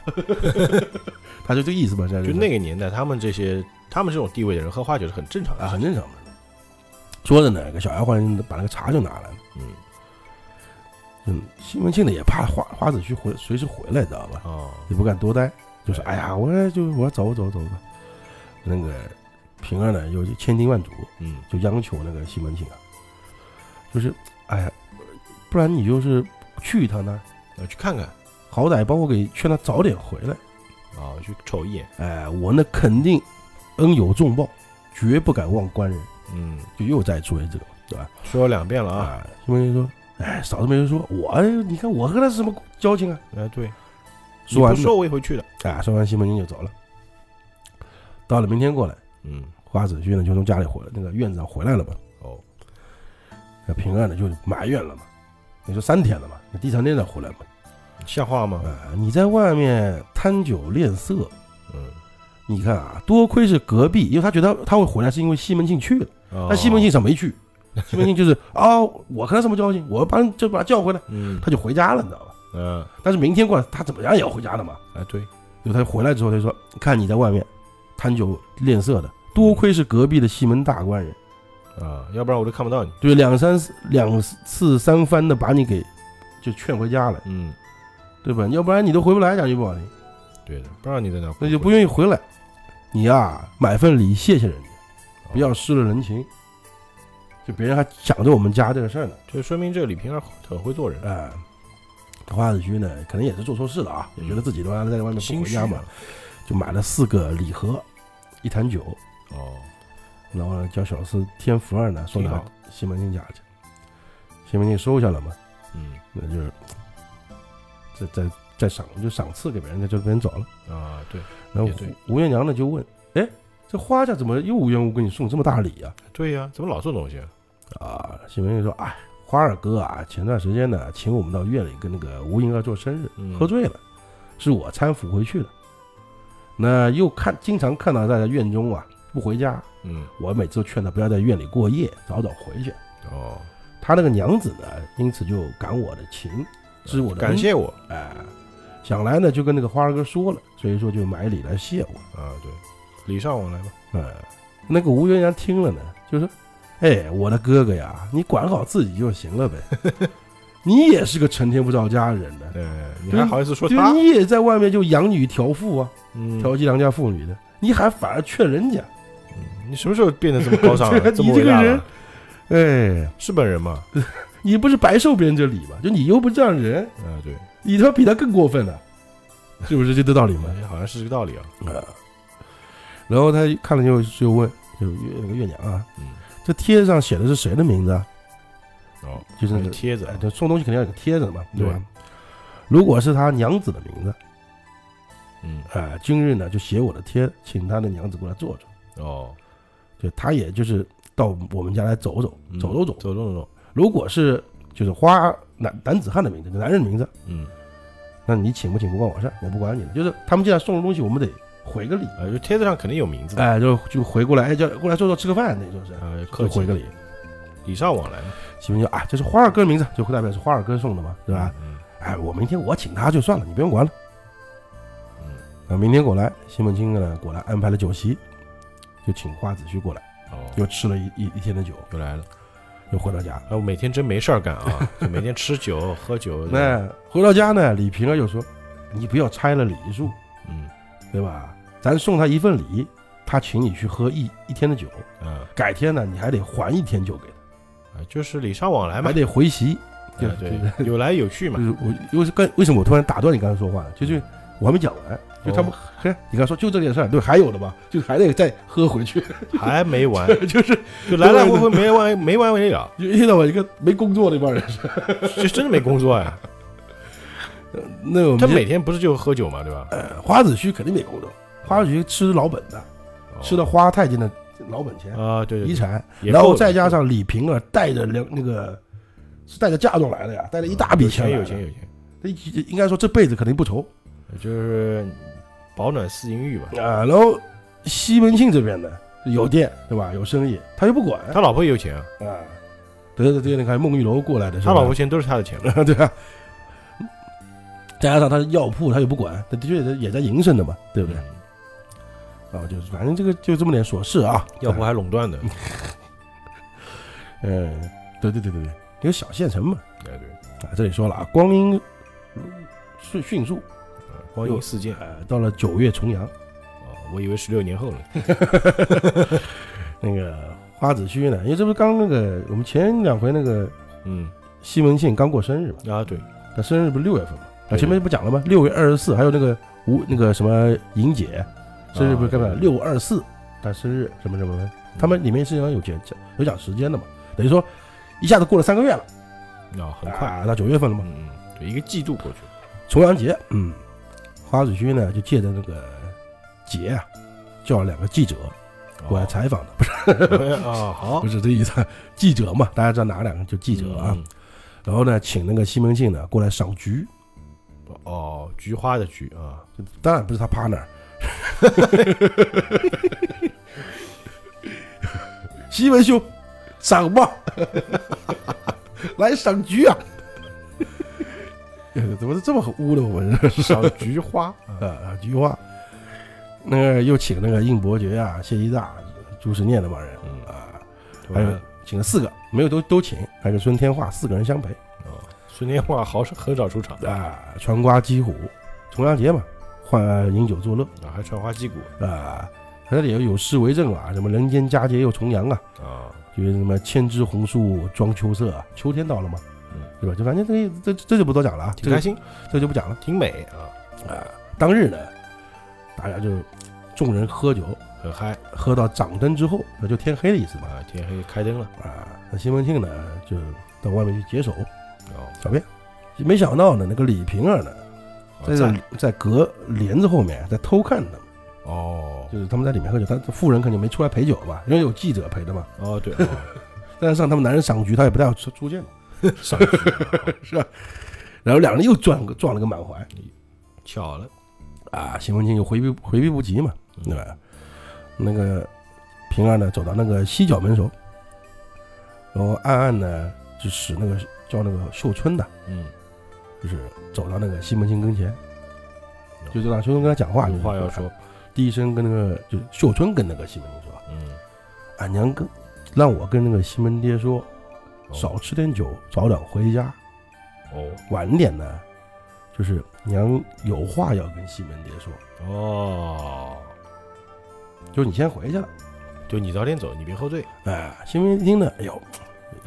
Speaker 2: 他就这意思吧，这
Speaker 1: 就那个年代，他们这些他们这种地位的人喝花酒是很正常
Speaker 2: 啊，
Speaker 1: 的。
Speaker 2: 很正常的。说着呢，给小丫鬟把那个茶就拿来了。
Speaker 1: 嗯，
Speaker 2: 嗯，西门庆呢也怕花花子虚回随时回来，知道吧？
Speaker 1: 哦，
Speaker 2: 也不敢多待，就说：“哎呀，我就我走走走吧。”那个平儿呢，又千叮万嘱，
Speaker 1: 嗯，
Speaker 2: 就央求那个西门庆啊，就是哎呀，不然你就是去一趟那儿，
Speaker 1: 要去看看
Speaker 2: 好歹帮我给劝他早点回来。
Speaker 1: 啊，去瞅一眼。
Speaker 2: 哎，我呢肯定恩有重报，绝不敢忘官人。
Speaker 1: 嗯，
Speaker 2: 就又再说一这个，对吧？
Speaker 1: 说了两遍了啊。
Speaker 2: 啊，西门庆说：“哎，嫂子没人说，我你看我和他是什么交情啊
Speaker 1: 哎，对，？”
Speaker 2: 说完
Speaker 1: 你不
Speaker 2: 了，
Speaker 1: 说我也会去的。
Speaker 2: 啊，说完西门庆就走了。到了明天过来，
Speaker 1: 嗯，
Speaker 2: 花子虚呢就从家里回来，那个院子上回来了嘛。
Speaker 1: 哦，
Speaker 2: 那平安呢就埋怨了嘛，你说三天了嘛，那第三天才回来嘛。
Speaker 1: 像话吗？
Speaker 2: 啊，你在外面贪酒恋色，
Speaker 1: 嗯，
Speaker 2: 你看啊，多亏是隔壁，因为他觉得他会回来是因为西门庆去了，
Speaker 1: 哦
Speaker 2: 但西门庆，想没去，西门庆就是啊、我和他什么交情，我把就把他叫回来，
Speaker 1: 嗯，
Speaker 2: 他就回家了，你知道吧？
Speaker 1: 嗯，
Speaker 2: 但是明天过来，他怎么样也要回家的嘛。
Speaker 1: 啊，对，
Speaker 2: 就他回来之后，他就说：“看你在外面贪酒恋色的，多亏是隔壁的西门大官人，
Speaker 1: 啊，要不然我都看不到你。
Speaker 2: 对，两三次两次三番的把你给就劝回家了，
Speaker 1: 嗯，
Speaker 2: 对吧？要不然你都回不来，讲句不好听，
Speaker 1: 对的，不知道你在哪，
Speaker 2: 那就不愿意回来。你呀、买份礼谢谢人家，
Speaker 1: 哦
Speaker 2: 不要失了人情。就别人还想着我们家这个事儿呢，
Speaker 1: 这说明这个李瓶儿很会做人，
Speaker 2: 啊、花子虚呢，可能也是做错事了啊，也觉得自己他妈在外面不
Speaker 1: 心
Speaker 2: 回
Speaker 1: 虚
Speaker 2: 家嘛，就买了四个礼盒，一坛酒，
Speaker 1: 哦，
Speaker 2: 然后呢，叫小厮添福儿呢送
Speaker 1: 挺
Speaker 2: 到
Speaker 1: 好
Speaker 2: 西门庆家去，西门庆收下了嘛，
Speaker 1: 嗯
Speaker 2: 那就是再再再赏就赏赐给别人，在这边走了。
Speaker 1: 啊，对
Speaker 2: 然后
Speaker 1: 也对
Speaker 2: 吴吴月娘呢就问：“哎，这花家怎么又无缘无故给你送这么大礼呀、
Speaker 1: 对呀，怎么老送东西啊？
Speaker 2: 啊？”西门庆说：“哎，花二哥啊，前段时间呢，请我们到院里跟那个吴银儿做生日，
Speaker 1: 嗯
Speaker 2: 喝醉了，是我搀扶回去的。那又看经常看到他在院中啊不回家，
Speaker 1: 嗯，
Speaker 2: 我每次都劝他不要在院里过夜，早早回去。”
Speaker 1: 哦，
Speaker 2: 他那个娘子呢，因此就感我的情，知我的恩
Speaker 1: 感谢我
Speaker 2: 哎、想来呢就跟那个花儿哥说了，所以说就买礼来谢我。
Speaker 1: 啊，对，礼尚往来嘛，
Speaker 2: 哎、那个吴元阳听了呢，就说：“哎，我的哥哥呀，你管好自己就行 了呗，你也是个成天不着家的人呢，
Speaker 1: 哎，你
Speaker 2: 对
Speaker 1: 还好意思说
Speaker 2: 就是
Speaker 1: 他？
Speaker 2: 你也在外面就养女调妇啊，
Speaker 1: 嗯，
Speaker 2: 调戏良家妇女的，你还反而劝人家，
Speaker 1: 你什么时候变得这么高尚
Speaker 2: 对啊
Speaker 1: 了？ 这
Speaker 2: 你
Speaker 1: 么伟大
Speaker 2: 这个人
Speaker 1: 了？
Speaker 2: 哎，
Speaker 1: 是本人吗？
Speaker 2: 你不是白受别人这礼吗？就你又不是这样的人，
Speaker 1: 啊，对，
Speaker 2: 你他妈比他更过分了、是不是这个道理嘛？
Speaker 1: 好像是这个道理啊。
Speaker 2: 啊。然后他看了就就问，就月那个月娘啊，
Speaker 1: 嗯，
Speaker 2: 这贴上写的是谁的名字啊？
Speaker 1: 哦，
Speaker 2: 就是那个
Speaker 1: 贴子啊
Speaker 2: 哎，，这送东西肯定要有个贴着的嘛，对吧
Speaker 1: 对？
Speaker 2: 如果是他娘子的名字，
Speaker 1: 嗯，
Speaker 2: 啊，今日呢就写我的贴，请他的娘子过来坐坐。
Speaker 1: 哦，
Speaker 2: 就他也就是到我们家来走走，
Speaker 1: 嗯
Speaker 2: 走走走。
Speaker 1: 走走走，
Speaker 2: 如果是就是花男男子汉的名字，就男人的名字，
Speaker 1: 嗯，
Speaker 2: 那你请不请不关我事儿，我不管你了。就是他们既然送了东西，我们得回个礼，
Speaker 1: 啊，就贴子上肯定有名字的，
Speaker 2: 哎，就就回过来，哎，叫过来坐坐吃个饭，那就是
Speaker 1: 啊，
Speaker 2: 哎就
Speaker 1: 客气
Speaker 2: 回，个礼。
Speaker 1: 礼尚往来嘛，
Speaker 2: 西门庆啊，这是花儿哥的名字，就代表是花儿哥送的嘛，对吧？
Speaker 1: 嗯？
Speaker 2: 哎，我明天我请他就算了，你不用管了。
Speaker 1: 嗯，
Speaker 2: 啊，明天过来，西门庆呢过来安排了酒席，就请花子虚过来，
Speaker 1: 嗯，哦，
Speaker 2: 又吃了一一一天的酒，
Speaker 1: 又来了。
Speaker 2: 又回到家。
Speaker 1: 啊，我每天真没事儿干 啊，就每天吃酒喝酒。
Speaker 2: 那回到家呢，李瓶儿又说：“你不要拆了礼数，
Speaker 1: 嗯
Speaker 2: 对吧？咱送他一份礼，他请你去喝一一天的酒，
Speaker 1: 啊，
Speaker 2: 改天呢你还得还一天酒给他，
Speaker 1: 啊就是礼尚往来嘛
Speaker 2: 还，得回席。就
Speaker 1: 啊
Speaker 2: 是
Speaker 1: 对，有来有去嘛
Speaker 2: 就。是我，因为是刚为什么我突然打断你刚才说话呢？
Speaker 1: 嗯
Speaker 2: 就是我还没讲完，就他们，
Speaker 1: 哦
Speaker 2: 嘿，你刚说就这件事儿，对，还有的吧，就还得再喝回去，
Speaker 1: 还没完，
Speaker 2: 就是
Speaker 1: 就来来回回没完没完没了，
Speaker 2: 就一天到晚一个没工作的一帮人。
Speaker 1: 这真的没工作呀。
Speaker 2: 那 我
Speaker 1: 他
Speaker 2: 们
Speaker 1: 每天不是就喝酒嘛，对吧？
Speaker 2: 呃花子虚肯定没工作，花子虚吃老本的，
Speaker 1: 哦
Speaker 2: 吃到花太监的老本钱、
Speaker 1: 啊，对对
Speaker 2: 遗
Speaker 1: 对，
Speaker 2: 产，
Speaker 1: 也
Speaker 2: 然后
Speaker 1: 够
Speaker 2: 再加
Speaker 1: 了
Speaker 2: 上李瓶儿带着两那个是带着嫁妆来的呀，带着一大笔
Speaker 1: 有钱
Speaker 2: 来
Speaker 1: 哦有
Speaker 2: 的
Speaker 1: 钱，有钱，
Speaker 2: 他一应该说这辈子肯定不愁
Speaker 1: 就是保暖思淫欲吧。
Speaker 2: 啊、然后西门庆这边呢有店对吧，有生意，他就不管
Speaker 1: 他老婆也有钱啊，
Speaker 2: 啊。对对对，你看孟玉楼过来的是
Speaker 1: 他
Speaker 2: 吧，
Speaker 1: 老婆钱都是他的钱嘛。
Speaker 2: 对啊，再加上他药铺他也不管，他的确也在营生的嘛，对不对？
Speaker 1: 嗯
Speaker 2: 啊，就是反正这个就这么点琐事啊，
Speaker 1: 要不还垄断的，
Speaker 2: 嗯，对对对对对，一个小县城嘛。
Speaker 1: 哎对，
Speaker 2: 啊，这里说了啊，光阴嗯迅迅速，
Speaker 1: 啊光阴似箭啊，
Speaker 2: 呃，到了九月重阳，
Speaker 1: 哦我以为十六年后呢。
Speaker 2: 那个花子虚呢，因为这不是刚那个我们前两回那个
Speaker 1: 嗯
Speaker 2: 西门庆刚过生日嘛，
Speaker 1: 啊，对，
Speaker 2: 他生日不是六月份嘛？啊，
Speaker 1: 对
Speaker 2: 前面不讲了吗？六月二十四，还有那个吴那个什么莹姐，生日不是干嘛？
Speaker 1: 啊对
Speaker 2: 六二四，他生日什么什么，他们里面实际上有讲有讲时间的嘛，等于说一下子过了三个月了，
Speaker 1: 啊，很快，
Speaker 2: 啊，到九月份了嘛。
Speaker 1: 嗯嗯，对，一个季度过去 了。
Speaker 2: 重阳节，嗯，花子虚呢就借着那个节啊，叫了两个记者过来
Speaker 1: 猜
Speaker 2: 采访的，不是
Speaker 1: 啊，好
Speaker 2: 不，是这意思，记者嘛，大家知道哪两个就记者啊。
Speaker 1: 嗯，
Speaker 2: 然后呢，请那个西门庆呢过来赏菊，
Speaker 1: 嗯哦，菊花的菊啊，
Speaker 2: 当然不是他 partner。西门兄，赏吧，来赏菊啊！怎么是这么污的我们？
Speaker 1: 赏菊花，
Speaker 2: 呃，菊花，那个又请那个应伯爵啊、谢依大、朱时念那帮人
Speaker 1: 嗯，
Speaker 2: 啊，还
Speaker 1: 还有
Speaker 2: 有请了四个，没有都都请，还有孙天化四个人相陪
Speaker 1: 孙天化好很少出场啊，
Speaker 2: 啊，穿瓜击虎，重阳节嘛，换呃饮酒作乐
Speaker 1: 还传花击鼓
Speaker 2: 啊，它这里有有诗为证啊，什么人间佳节又重阳啊，
Speaker 1: 啊，
Speaker 2: 就是什么千枝红树装秋色啊，秋天到了嘛
Speaker 1: 嗯，
Speaker 2: 对吧？就反正这个这这就不多讲了啊，这
Speaker 1: 挺开
Speaker 2: 个
Speaker 1: 心，
Speaker 2: 这就不讲了
Speaker 1: 挺美啊，
Speaker 2: 啊。当日呢，大家就众人喝酒，
Speaker 1: 很嗨
Speaker 2: 喝到掌灯之后，那就天黑的意思嘛。
Speaker 1: 啊，天黑开灯了，
Speaker 2: 啊，那西门庆呢就到外面去解手
Speaker 1: 哦，
Speaker 2: 小便，没想到呢，那个李瓶儿呢，
Speaker 1: 好
Speaker 2: 在
Speaker 1: 赞
Speaker 2: 这在隔帘子后面在偷看他们，
Speaker 1: 哦
Speaker 2: 就是他们在里面喝酒，他妇人肯定没出来陪酒吧，因为有记者陪的嘛。
Speaker 1: 哦对，哦
Speaker 2: 但是让他们男人赏菊，他也不太出 出现了，赏菊是吧？然后两人又撞个撞了个满怀
Speaker 1: 巧了，
Speaker 2: 啊，西门庆又回避回避不及嘛，对
Speaker 1: 嗯
Speaker 2: 吧？那个平儿呢，走到那个西角门首，然后暗暗呢就使那个叫那个秀春的，
Speaker 1: 嗯，
Speaker 2: 就是走到那个西门庆跟前，就是让秀春跟他讲话，
Speaker 1: 有
Speaker 2: 就是
Speaker 1: 话要说，，
Speaker 2: 第一声跟那个就是秀春跟那个西门庆说
Speaker 1: 嗯，：“
Speaker 2: 俺娘跟让我跟那个西门爹说，
Speaker 1: 哦
Speaker 2: 少吃点酒，早点回家，
Speaker 1: 哦
Speaker 2: 晚点呢，就是娘有话要跟西门爹说，
Speaker 1: 哦，
Speaker 2: 就是你先回去了。”
Speaker 1: 就你早点走，你别喝醉，
Speaker 2: 哎，西门庆呢，哎呦，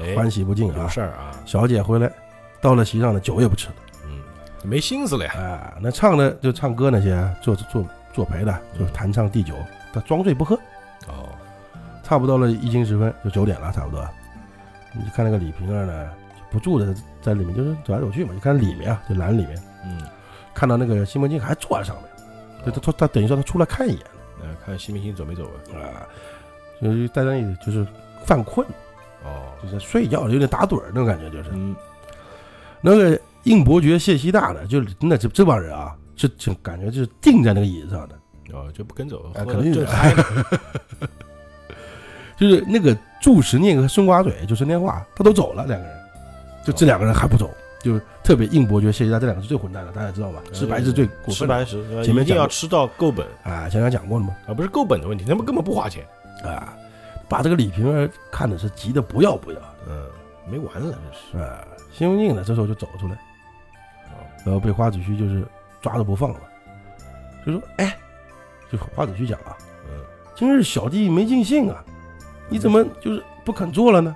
Speaker 1: 哎，
Speaker 2: 欢喜不尽啊
Speaker 1: 有，事儿啊，
Speaker 2: 小姐回来，到了席上呢，酒也不吃了，
Speaker 1: 嗯，没心思了呀。
Speaker 2: 啊，那唱的就唱歌那些啊做做做陪的，就
Speaker 1: 嗯
Speaker 2: 弹唱第九，他装醉不喝，
Speaker 1: 哦，
Speaker 2: 差不多了一经十分就九点了，差不多。你就看那个李瓶儿呢，就不住的在里面，就是走来走去嘛，就看里面啊，就栏里面
Speaker 1: 嗯，
Speaker 2: 看到那个西门庆还坐在上面，就他
Speaker 1: 哦
Speaker 2: 他他等于说他出来看一眼
Speaker 1: 那呃看西门庆走没走啊？
Speaker 2: 啊，就是在那里就是犯困，
Speaker 1: 哦，
Speaker 2: 就是睡觉有点打盹儿那种感觉，就是
Speaker 1: 嗯，
Speaker 2: 那个应伯爵、谢希大呢，就是那这这帮人啊，是就感觉就是定在那个椅子上的。
Speaker 1: 哦，就不跟走，
Speaker 2: 哎
Speaker 1: 喝
Speaker 2: 肯
Speaker 1: 得
Speaker 2: 定
Speaker 1: 正
Speaker 2: 的
Speaker 1: 嗨呢。
Speaker 2: 就是那个祝十念和孙瓜嘴，就孙天化，他都走了，两个人，就这两个人还不走，就是特别硬伯爵、谢谢大这两个是最混蛋的，大家知道
Speaker 1: 呃
Speaker 2: 吧？吃白是最 过
Speaker 1: 吃
Speaker 2: 分的
Speaker 1: 白食，呃
Speaker 2: 前面
Speaker 1: 一定
Speaker 2: 讲
Speaker 1: 要
Speaker 2: 过
Speaker 1: 吃到够本，
Speaker 2: 啊，前面讲过了嘛
Speaker 1: 而不是够本的问题，他们根本不花钱。
Speaker 2: 啊，把这个李瓶儿看的是急得不要不要
Speaker 1: 嗯，没完了，这是。
Speaker 2: 的啊。西门庆呢，这时候就走出来，
Speaker 1: 哦
Speaker 2: 然后被花子虚就是抓着不放了，就说：“哎，就花子虚讲啊，
Speaker 1: 嗯，
Speaker 2: 今日小弟没尽兴啊，你怎么就是不肯做了呢？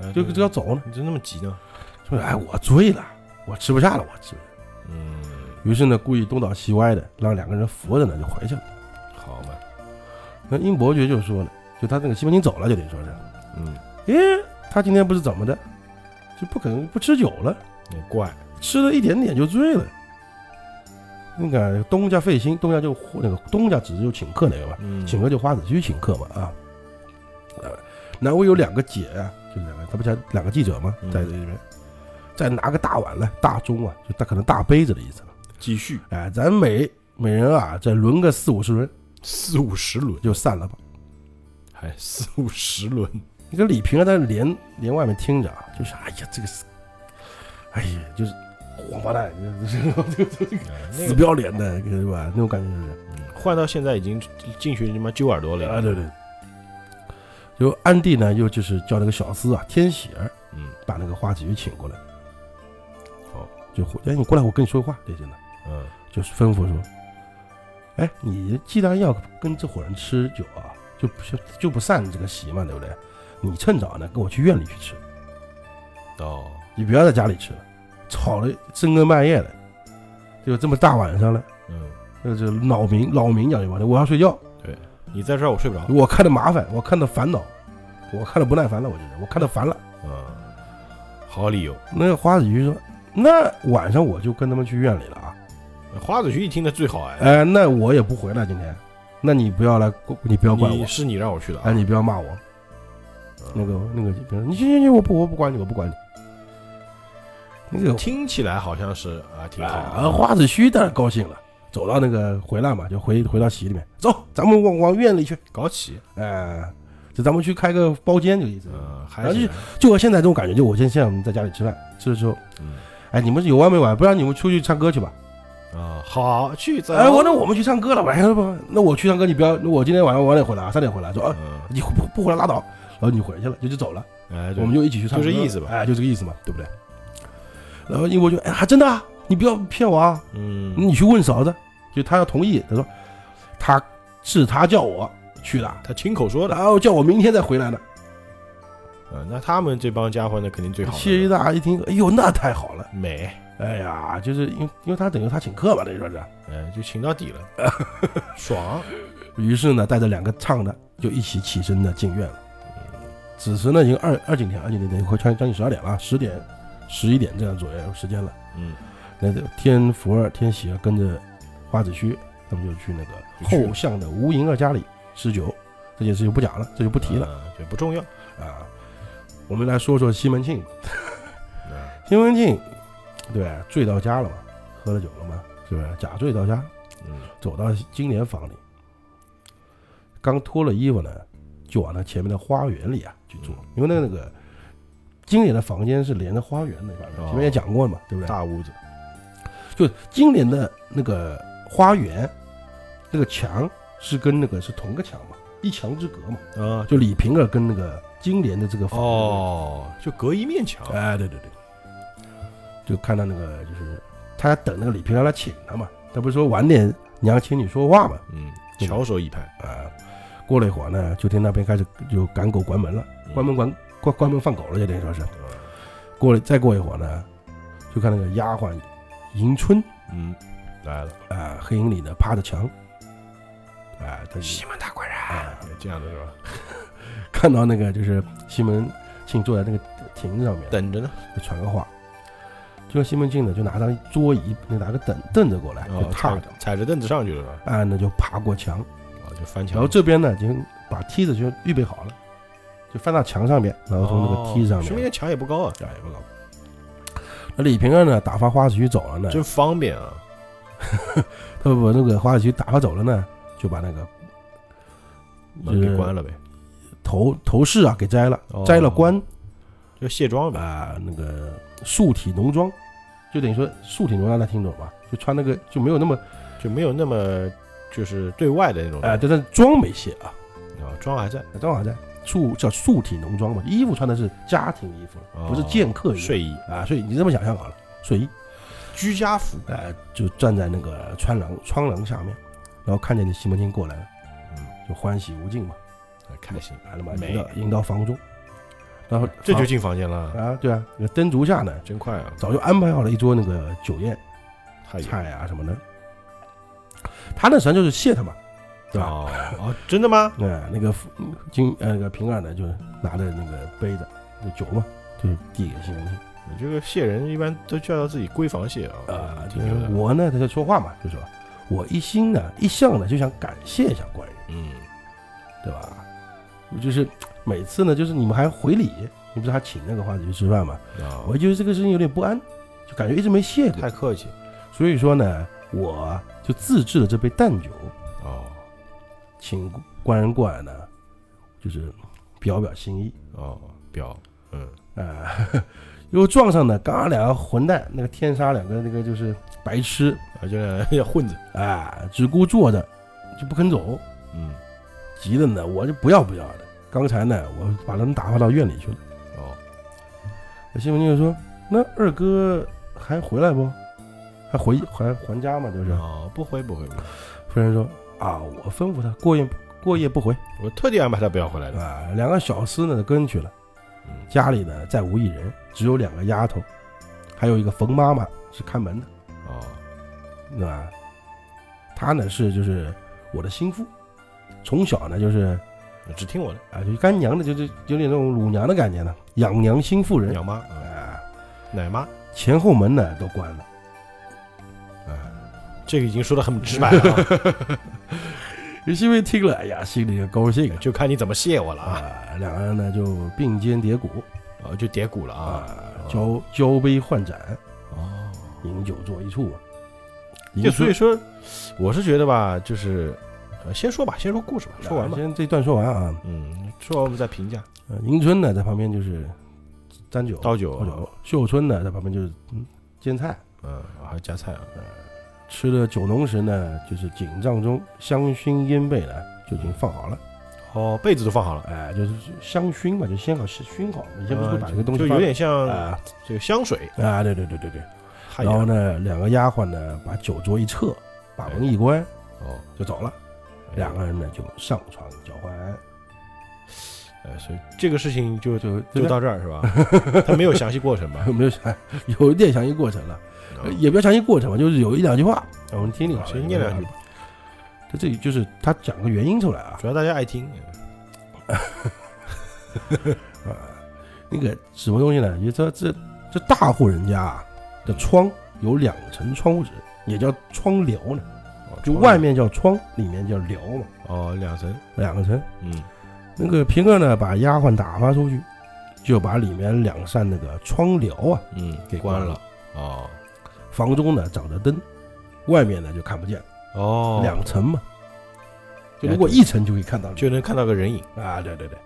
Speaker 1: 哎
Speaker 2: 就
Speaker 1: 对
Speaker 2: 就要走呢
Speaker 1: 你就那么急呢？？”
Speaker 2: 说：“哎，我醉了，我吃不下了，我吃。”
Speaker 1: 嗯，
Speaker 2: 于是呢，故意东倒西歪的，让两个人扶着呢就回去了。
Speaker 1: 好嘛，
Speaker 2: 那英伯爵就说了，就他那个西门庆走了，就等于说是，
Speaker 1: 嗯，
Speaker 2: 诶，他今天不是怎么的，就不肯不吃酒了，
Speaker 1: 也怪，
Speaker 2: 吃了一点点就醉了。那个东家费心，东家就那个东家只是就请客那个嘛，
Speaker 1: 嗯，
Speaker 2: 请客就花子虚请客嘛啊。呃，南魏有两个姐啊，就两个，他不才两个记者吗？
Speaker 1: 嗯
Speaker 2: 在这里面，再拿个大碗来，大盅啊，就他可能大杯子的意思了。
Speaker 1: 继续
Speaker 2: 哎，咱每每人啊，再轮个四五十轮，
Speaker 1: 四五十轮，
Speaker 2: 就散了吧。
Speaker 1: 还四五十轮，
Speaker 2: 你这李瓶啊儿在那连连外面听着啊，就是哎呀，这个死，哎呀，就是王八蛋，就是
Speaker 1: 哎那
Speaker 2: 死
Speaker 1: 个
Speaker 2: 不要脸的，是吧？那种感觉就是
Speaker 1: 嗯换到现在已经进去他妈揪耳朵了
Speaker 2: 啊，
Speaker 1: 呀。
Speaker 2: 对对。就暗地呢，又就是叫那个小厮啊，天喜儿
Speaker 1: 嗯
Speaker 2: 把那个花子玉请过来，
Speaker 1: 好，
Speaker 2: 就回哎，你过来，我跟你说话，这些呢，
Speaker 1: 嗯，
Speaker 2: 就是吩咐说，哎，你既然要跟这伙人吃酒啊，就不就就不散这个席嘛，对不对？你趁早呢，跟我去院里去吃，
Speaker 1: 哦，
Speaker 2: 你不要在家里吃了，吵得深更半夜的，就这么大晚上了，
Speaker 1: 嗯，
Speaker 2: 这这扰民扰民讲句话，我要睡觉，
Speaker 1: 你在这儿我睡不着。
Speaker 2: 我看着麻烦，我看着烦恼，我看着不耐烦了，我就是我看着烦了。
Speaker 1: 嗯，好理由。
Speaker 2: 那个花子鱼说，那晚上我就跟他们去院里了啊，
Speaker 1: 花子徐一听的最好哎，
Speaker 2: 哎，那我也不回来今天，那你不要来，你不要怪
Speaker 1: 你
Speaker 2: 我，
Speaker 1: 是你让我去的啊。
Speaker 2: 哎，你不要骂我，那个那个，你去去去，我不我不管你，我不管你。那个
Speaker 1: 听起来好像是啊，挺好
Speaker 2: 啊，花子虚当然高兴了，走到那个回来嘛，就回回到席里面，走，咱们往往院里去，
Speaker 1: 搞起，
Speaker 2: 哎、就咱们去开个包间，就意思，
Speaker 1: 嗯，
Speaker 2: 然
Speaker 1: 还
Speaker 2: 后
Speaker 1: 是
Speaker 2: 就和现在这种感觉，就我现在我们在家里吃饭，吃了之后，
Speaker 1: 嗯
Speaker 2: 哎，你们有完没完？不然你们出去唱歌去吧。
Speaker 1: 啊，好去走。
Speaker 2: 哎，我那我们去唱歌了，晚上不，那我去唱歌，你不要，我今天晚上晚点回来啊，三点回来，说啊，
Speaker 1: 嗯，
Speaker 2: 你不不回来拉倒，然后你回去了，就就走了。
Speaker 1: 哎，对
Speaker 2: 我们就一起去唱歌，
Speaker 1: 就这意思吧
Speaker 2: 哎，就这个意思嘛，对不对？然后英国就哎，还真的、啊，你不要骗我啊！
Speaker 1: 嗯，
Speaker 2: 你去问嫂子，就他要同意，他说他是他叫我去的，
Speaker 1: 他亲口说的。
Speaker 2: 然后叫我明天再回来的。
Speaker 1: 嗯，那他们这帮家伙呢，肯定最好了。
Speaker 2: 谢一大一听，哎呦，那太好了！
Speaker 1: 美，
Speaker 2: 哎呀，就是因为因为他等于他请客嘛，等于说是。
Speaker 1: 嗯，就请到底了，
Speaker 2: 哎
Speaker 1: 爽。
Speaker 2: 于是呢，带着两个唱的就一起起身呢进院了。此时呢，已经二二几点，二几点，等于快将将近十二点了啊，十点、十一点这样左右时间了。
Speaker 1: 嗯，
Speaker 2: 那个天福儿、天喜儿跟着花子虚，他们就去那个后巷的吴银儿家里吃酒，这件事就不讲了，这就不提了
Speaker 1: 了，呃对，不重要。
Speaker 2: 啊。我们来说说西门 庆，
Speaker 1: 嗯
Speaker 2: 西门庆，对，醉到家了嘛，喝了酒了嘛，是不是？假醉到家，
Speaker 1: 嗯，
Speaker 2: 走到金莲房里，刚脱了衣服呢，就往那前面的花园里啊去坐，
Speaker 1: 嗯
Speaker 2: 因为那个那个金莲的房间是连着花园那块儿的，
Speaker 1: 哦
Speaker 2: 前面也讲过嘛，对不对？
Speaker 1: 大屋子，
Speaker 2: 就金莲的那个花园，那个墙是跟那个是同个墙嘛，一墙之隔嘛。
Speaker 1: 啊，
Speaker 2: 就李瓶儿跟那个金莲的这个房，
Speaker 1: 哦，就隔一面墙。
Speaker 2: 哎，对对对，就看到那个就是他等那个李瓶儿来请他嘛，他不是说晚点娘请你说话嘛，
Speaker 1: 嗯，
Speaker 2: 对吧
Speaker 1: 翘首以盼，
Speaker 2: 啊，过了一会儿呢，就听那边开始就赶狗关门
Speaker 1: 嗯
Speaker 2: 了，关门关关关门放狗了，就等于说是。过了再过一会儿呢，就看那个丫鬟迎春
Speaker 1: 嗯，来了，
Speaker 2: 啊，黑影里呢趴着墙，啊，他
Speaker 1: 西门大官人，
Speaker 2: 啊
Speaker 1: 有哎这样的是吧？
Speaker 2: 看到那个就是西门庆坐在那个亭子上面，
Speaker 1: 等着呢，
Speaker 2: 就传个话。结果西门庆呢就拿张桌椅，那拿个凳凳子过来，就
Speaker 1: 哦，
Speaker 2: 踏
Speaker 1: 踩
Speaker 2: 着，
Speaker 1: 踩着凳子上去了是吧？
Speaker 2: 啊，那就爬过墙，
Speaker 1: 啊，就翻
Speaker 2: 然
Speaker 1: 墙
Speaker 2: 后，这边呢已经把梯子就预备好了，就翻到墙上面，然后从那个梯子上
Speaker 1: 哦说
Speaker 2: 面
Speaker 1: 明墙也不高啊，
Speaker 2: 啊，也不高。那李瓶儿呢打发花子虚走了呢，
Speaker 1: 真方便啊。
Speaker 2: 他把那个花子虚打发走了呢，就把那个
Speaker 1: 门给关了呗，
Speaker 2: 头头饰啊给摘了，
Speaker 1: 哦
Speaker 2: 摘了冠
Speaker 1: 就卸妆呗。
Speaker 2: 啊、那个素体浓妆，就等于说素体浓妆大家听懂吧？就穿那个就没有那么
Speaker 1: 就没有那么就是对外的那种
Speaker 2: 哎、但是妆没卸啊，
Speaker 1: 啊，妆还在，
Speaker 2: 正好在素叫素体浓妆嘛，衣服穿的是家庭衣服，不
Speaker 1: 哦
Speaker 2: 是剑客衣服
Speaker 1: 睡衣、
Speaker 2: 啊，所以你这么想象好了，睡衣。
Speaker 1: 居家服，
Speaker 2: 呃，就站在那个穿廊窗廊下面，然后看见那西门庆过来了，
Speaker 1: 嗯，
Speaker 2: 就欢喜无尽嘛，哎
Speaker 1: 开心。
Speaker 2: 来了嘛，
Speaker 1: 没
Speaker 2: 引到引到房中，然后
Speaker 1: 这就
Speaker 2: 房
Speaker 1: 进房间了，
Speaker 2: 啊，对啊，那个灯烛下呢，
Speaker 1: 真快啊！
Speaker 2: 早就安排好了一桌那个酒宴
Speaker 1: 太远
Speaker 2: 菜啊什么的，他那实际上就是谢他嘛，对吧？
Speaker 1: 哦哦，真的吗？
Speaker 2: 哎、那个福金呃那个平儿呢，就拿着那个杯子，那酒嘛，就递给西门庆
Speaker 1: 你这个谢人一般都叫到自己闺房谢啊。
Speaker 2: 啊，就
Speaker 1: 挺
Speaker 2: 是
Speaker 1: 牛的。
Speaker 2: 我呢，他就说话嘛，就说我一心呢，一向呢就想感谢一下官人。
Speaker 1: 嗯，
Speaker 2: 对吧？我就是每次呢，就是你们还回礼，你不是还请那个花子去吃饭吗？
Speaker 1: 啊
Speaker 2: 我就是这个事情有点不安，就感觉一直没谢过。
Speaker 1: 太客气
Speaker 2: 所以说呢，我就自制了这杯淡酒，
Speaker 1: 哦
Speaker 2: 请官人过来呢，就是表表心意
Speaker 1: 哦，表嗯
Speaker 2: 啊。 又撞上呢，刚刚两个混蛋，那个天杀两个那个就是白痴
Speaker 1: 啊，就那要混子，
Speaker 2: 啊，只顾坐着就不肯走，
Speaker 1: 嗯
Speaker 2: 急的呢我就不要不要的。刚才呢，我把他们打发到院里去了。
Speaker 1: 哦
Speaker 2: 那西门庆就说：“那二哥还回来不？还回还还家吗？就是。
Speaker 1: 哦，不回不回不回，”
Speaker 2: 夫人说：“啊，我吩咐他过夜过夜不回
Speaker 1: 我特地安排他不要回来的。
Speaker 2: 啊。”两个小厮呢跟去了，
Speaker 1: 嗯
Speaker 2: 家里呢再无一人，只有两个丫头，还有一个冯妈妈是看门的，
Speaker 1: 哦
Speaker 2: 对吧？她呢是就是我的心腹，从小呢就是
Speaker 1: 只听我的
Speaker 2: 啊就干娘的，就是有点那种乳娘的感觉呢，养娘心腹人
Speaker 1: 养妈嗯
Speaker 2: 啊。
Speaker 1: 奶妈，
Speaker 2: 前后门呢都关了，
Speaker 1: 这个已经说的很直白 了啊。
Speaker 2: 于西梅听了，哎呀，心里就高兴啊。
Speaker 1: 就看你怎么谢我了啊！
Speaker 2: 啊，两个人呢就并肩叠股
Speaker 1: 啊，就叠骨了
Speaker 2: 啊
Speaker 1: 啊！，
Speaker 2: 交交杯换盏，
Speaker 1: 哦，
Speaker 2: 饮酒坐一处啊。饮
Speaker 1: 就所以
Speaker 2: 水
Speaker 1: 说，我是觉得吧，就是，呃，先说吧，先说故事吧，说完
Speaker 2: 啊
Speaker 1: 吧。
Speaker 2: 先这段说完啊。
Speaker 1: 嗯，说完我们再评价。
Speaker 2: 呃迎春呢在旁边就是斟酒
Speaker 1: 倒酒，
Speaker 2: 倒酒，秀春呢在旁边就是嗯煎菜。
Speaker 1: 嗯，还有夹菜啊，
Speaker 2: 吃了酒浓时呢，就是锦帐中香薰烟被呢就已经放好了，
Speaker 1: 哦，被子都放好了，
Speaker 2: 哎，就是香薰嘛，就先好熏好，以前不是
Speaker 1: 嗯
Speaker 2: 会把这个东西
Speaker 1: 就
Speaker 2: 放
Speaker 1: 有点像
Speaker 2: 啊
Speaker 1: 这个香水，
Speaker 2: 啊，对对对对对。
Speaker 1: 汗
Speaker 2: 然后
Speaker 1: 颜
Speaker 2: 呢，两个丫鬟呢把酒桌一撤，把门一关
Speaker 1: 哦，
Speaker 2: 就走了。
Speaker 1: 哎
Speaker 2: 两个人呢就上床交换，
Speaker 1: 哎，所以这个事情就就
Speaker 2: 就
Speaker 1: 就
Speaker 2: 就
Speaker 1: 到
Speaker 2: 到
Speaker 1: 这儿是 吧？他没有详细过程吧？
Speaker 2: 没有详有一点详细过程了，
Speaker 1: 啊
Speaker 2: 呃也不要详细过程吧，就是有一两句话，啊让我们听听好了。
Speaker 1: 先念两句吧，
Speaker 2: 他这里就是他讲个原因出来啊，
Speaker 1: 主要大家爱听。
Speaker 2: 啊，那个什么东西呢？也这这这大户人家啊
Speaker 1: 嗯
Speaker 2: 的窗有两层窗户纸，也叫窗帘呢，
Speaker 1: 哦
Speaker 2: 就外面叫窗，里面叫帘嘛，
Speaker 1: 哦，两层，
Speaker 2: 两个层。
Speaker 1: 嗯，
Speaker 2: 那个平儿呢，把丫鬟打发出去，就把里面两扇那个窗帘啊，
Speaker 1: 嗯，
Speaker 2: 给
Speaker 1: 关
Speaker 2: 关
Speaker 1: 了。哦
Speaker 2: 房中呢长着灯，外面呢就看不见了。
Speaker 1: 哦，
Speaker 2: 两层嘛，就
Speaker 1: 哎
Speaker 2: 如果
Speaker 1: 对
Speaker 2: 一层就可以看到你
Speaker 1: 就能看到个人影。
Speaker 2: 啊，对对对。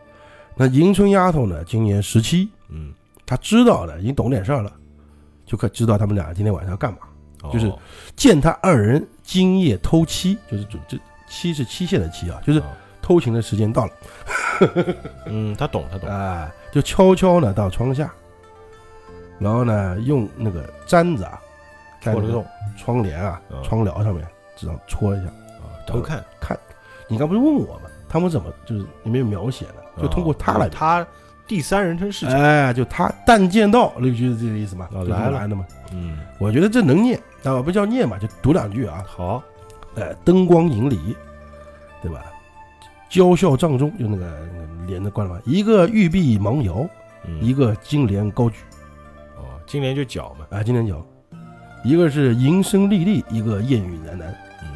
Speaker 2: 那迎春丫头呢，今年十七，
Speaker 1: 嗯，
Speaker 2: 她知道了，已经懂点事儿了，就可知道他们俩今天晚上要干嘛。
Speaker 1: 哦
Speaker 2: 就是见他二人今夜偷妻，就是准这妻是期限的妻啊，就是
Speaker 1: 哦
Speaker 2: 偷情的时间到了
Speaker 1: 嗯，他懂，他懂。
Speaker 2: 啊，就悄悄呢到窗下，然后呢用那个毡子啊，在
Speaker 1: 戳
Speaker 2: 那
Speaker 1: 了个
Speaker 2: 个
Speaker 1: 洞
Speaker 2: 窗帘啊
Speaker 1: 嗯、
Speaker 2: 窗帘上面这样戳一下。
Speaker 1: 啊，偷看，
Speaker 2: 你刚不是问我吗？他们怎么就是里面有描写的，就通过他来
Speaker 1: 哦嗯哦他第三人称视角。
Speaker 2: 哎，就他但见到，那不就是这个意思嘛？
Speaker 1: 哦
Speaker 2: 就是
Speaker 1: 来了
Speaker 2: 来的嘛。
Speaker 1: 嗯，
Speaker 2: 我觉得这能念，啊，不叫念嘛，就读两句啊。
Speaker 1: 好，
Speaker 2: 哎，灯光引里，对吧？娇笑帐中，就那个那个帘子关了嘛。一个玉臂忙摇，
Speaker 1: 嗯，
Speaker 2: 一个金莲高举，
Speaker 1: 哦，金莲就脚嘛，
Speaker 2: 啊，金莲摇。一个是吟声历历，一个燕语喃喃，
Speaker 1: 嗯，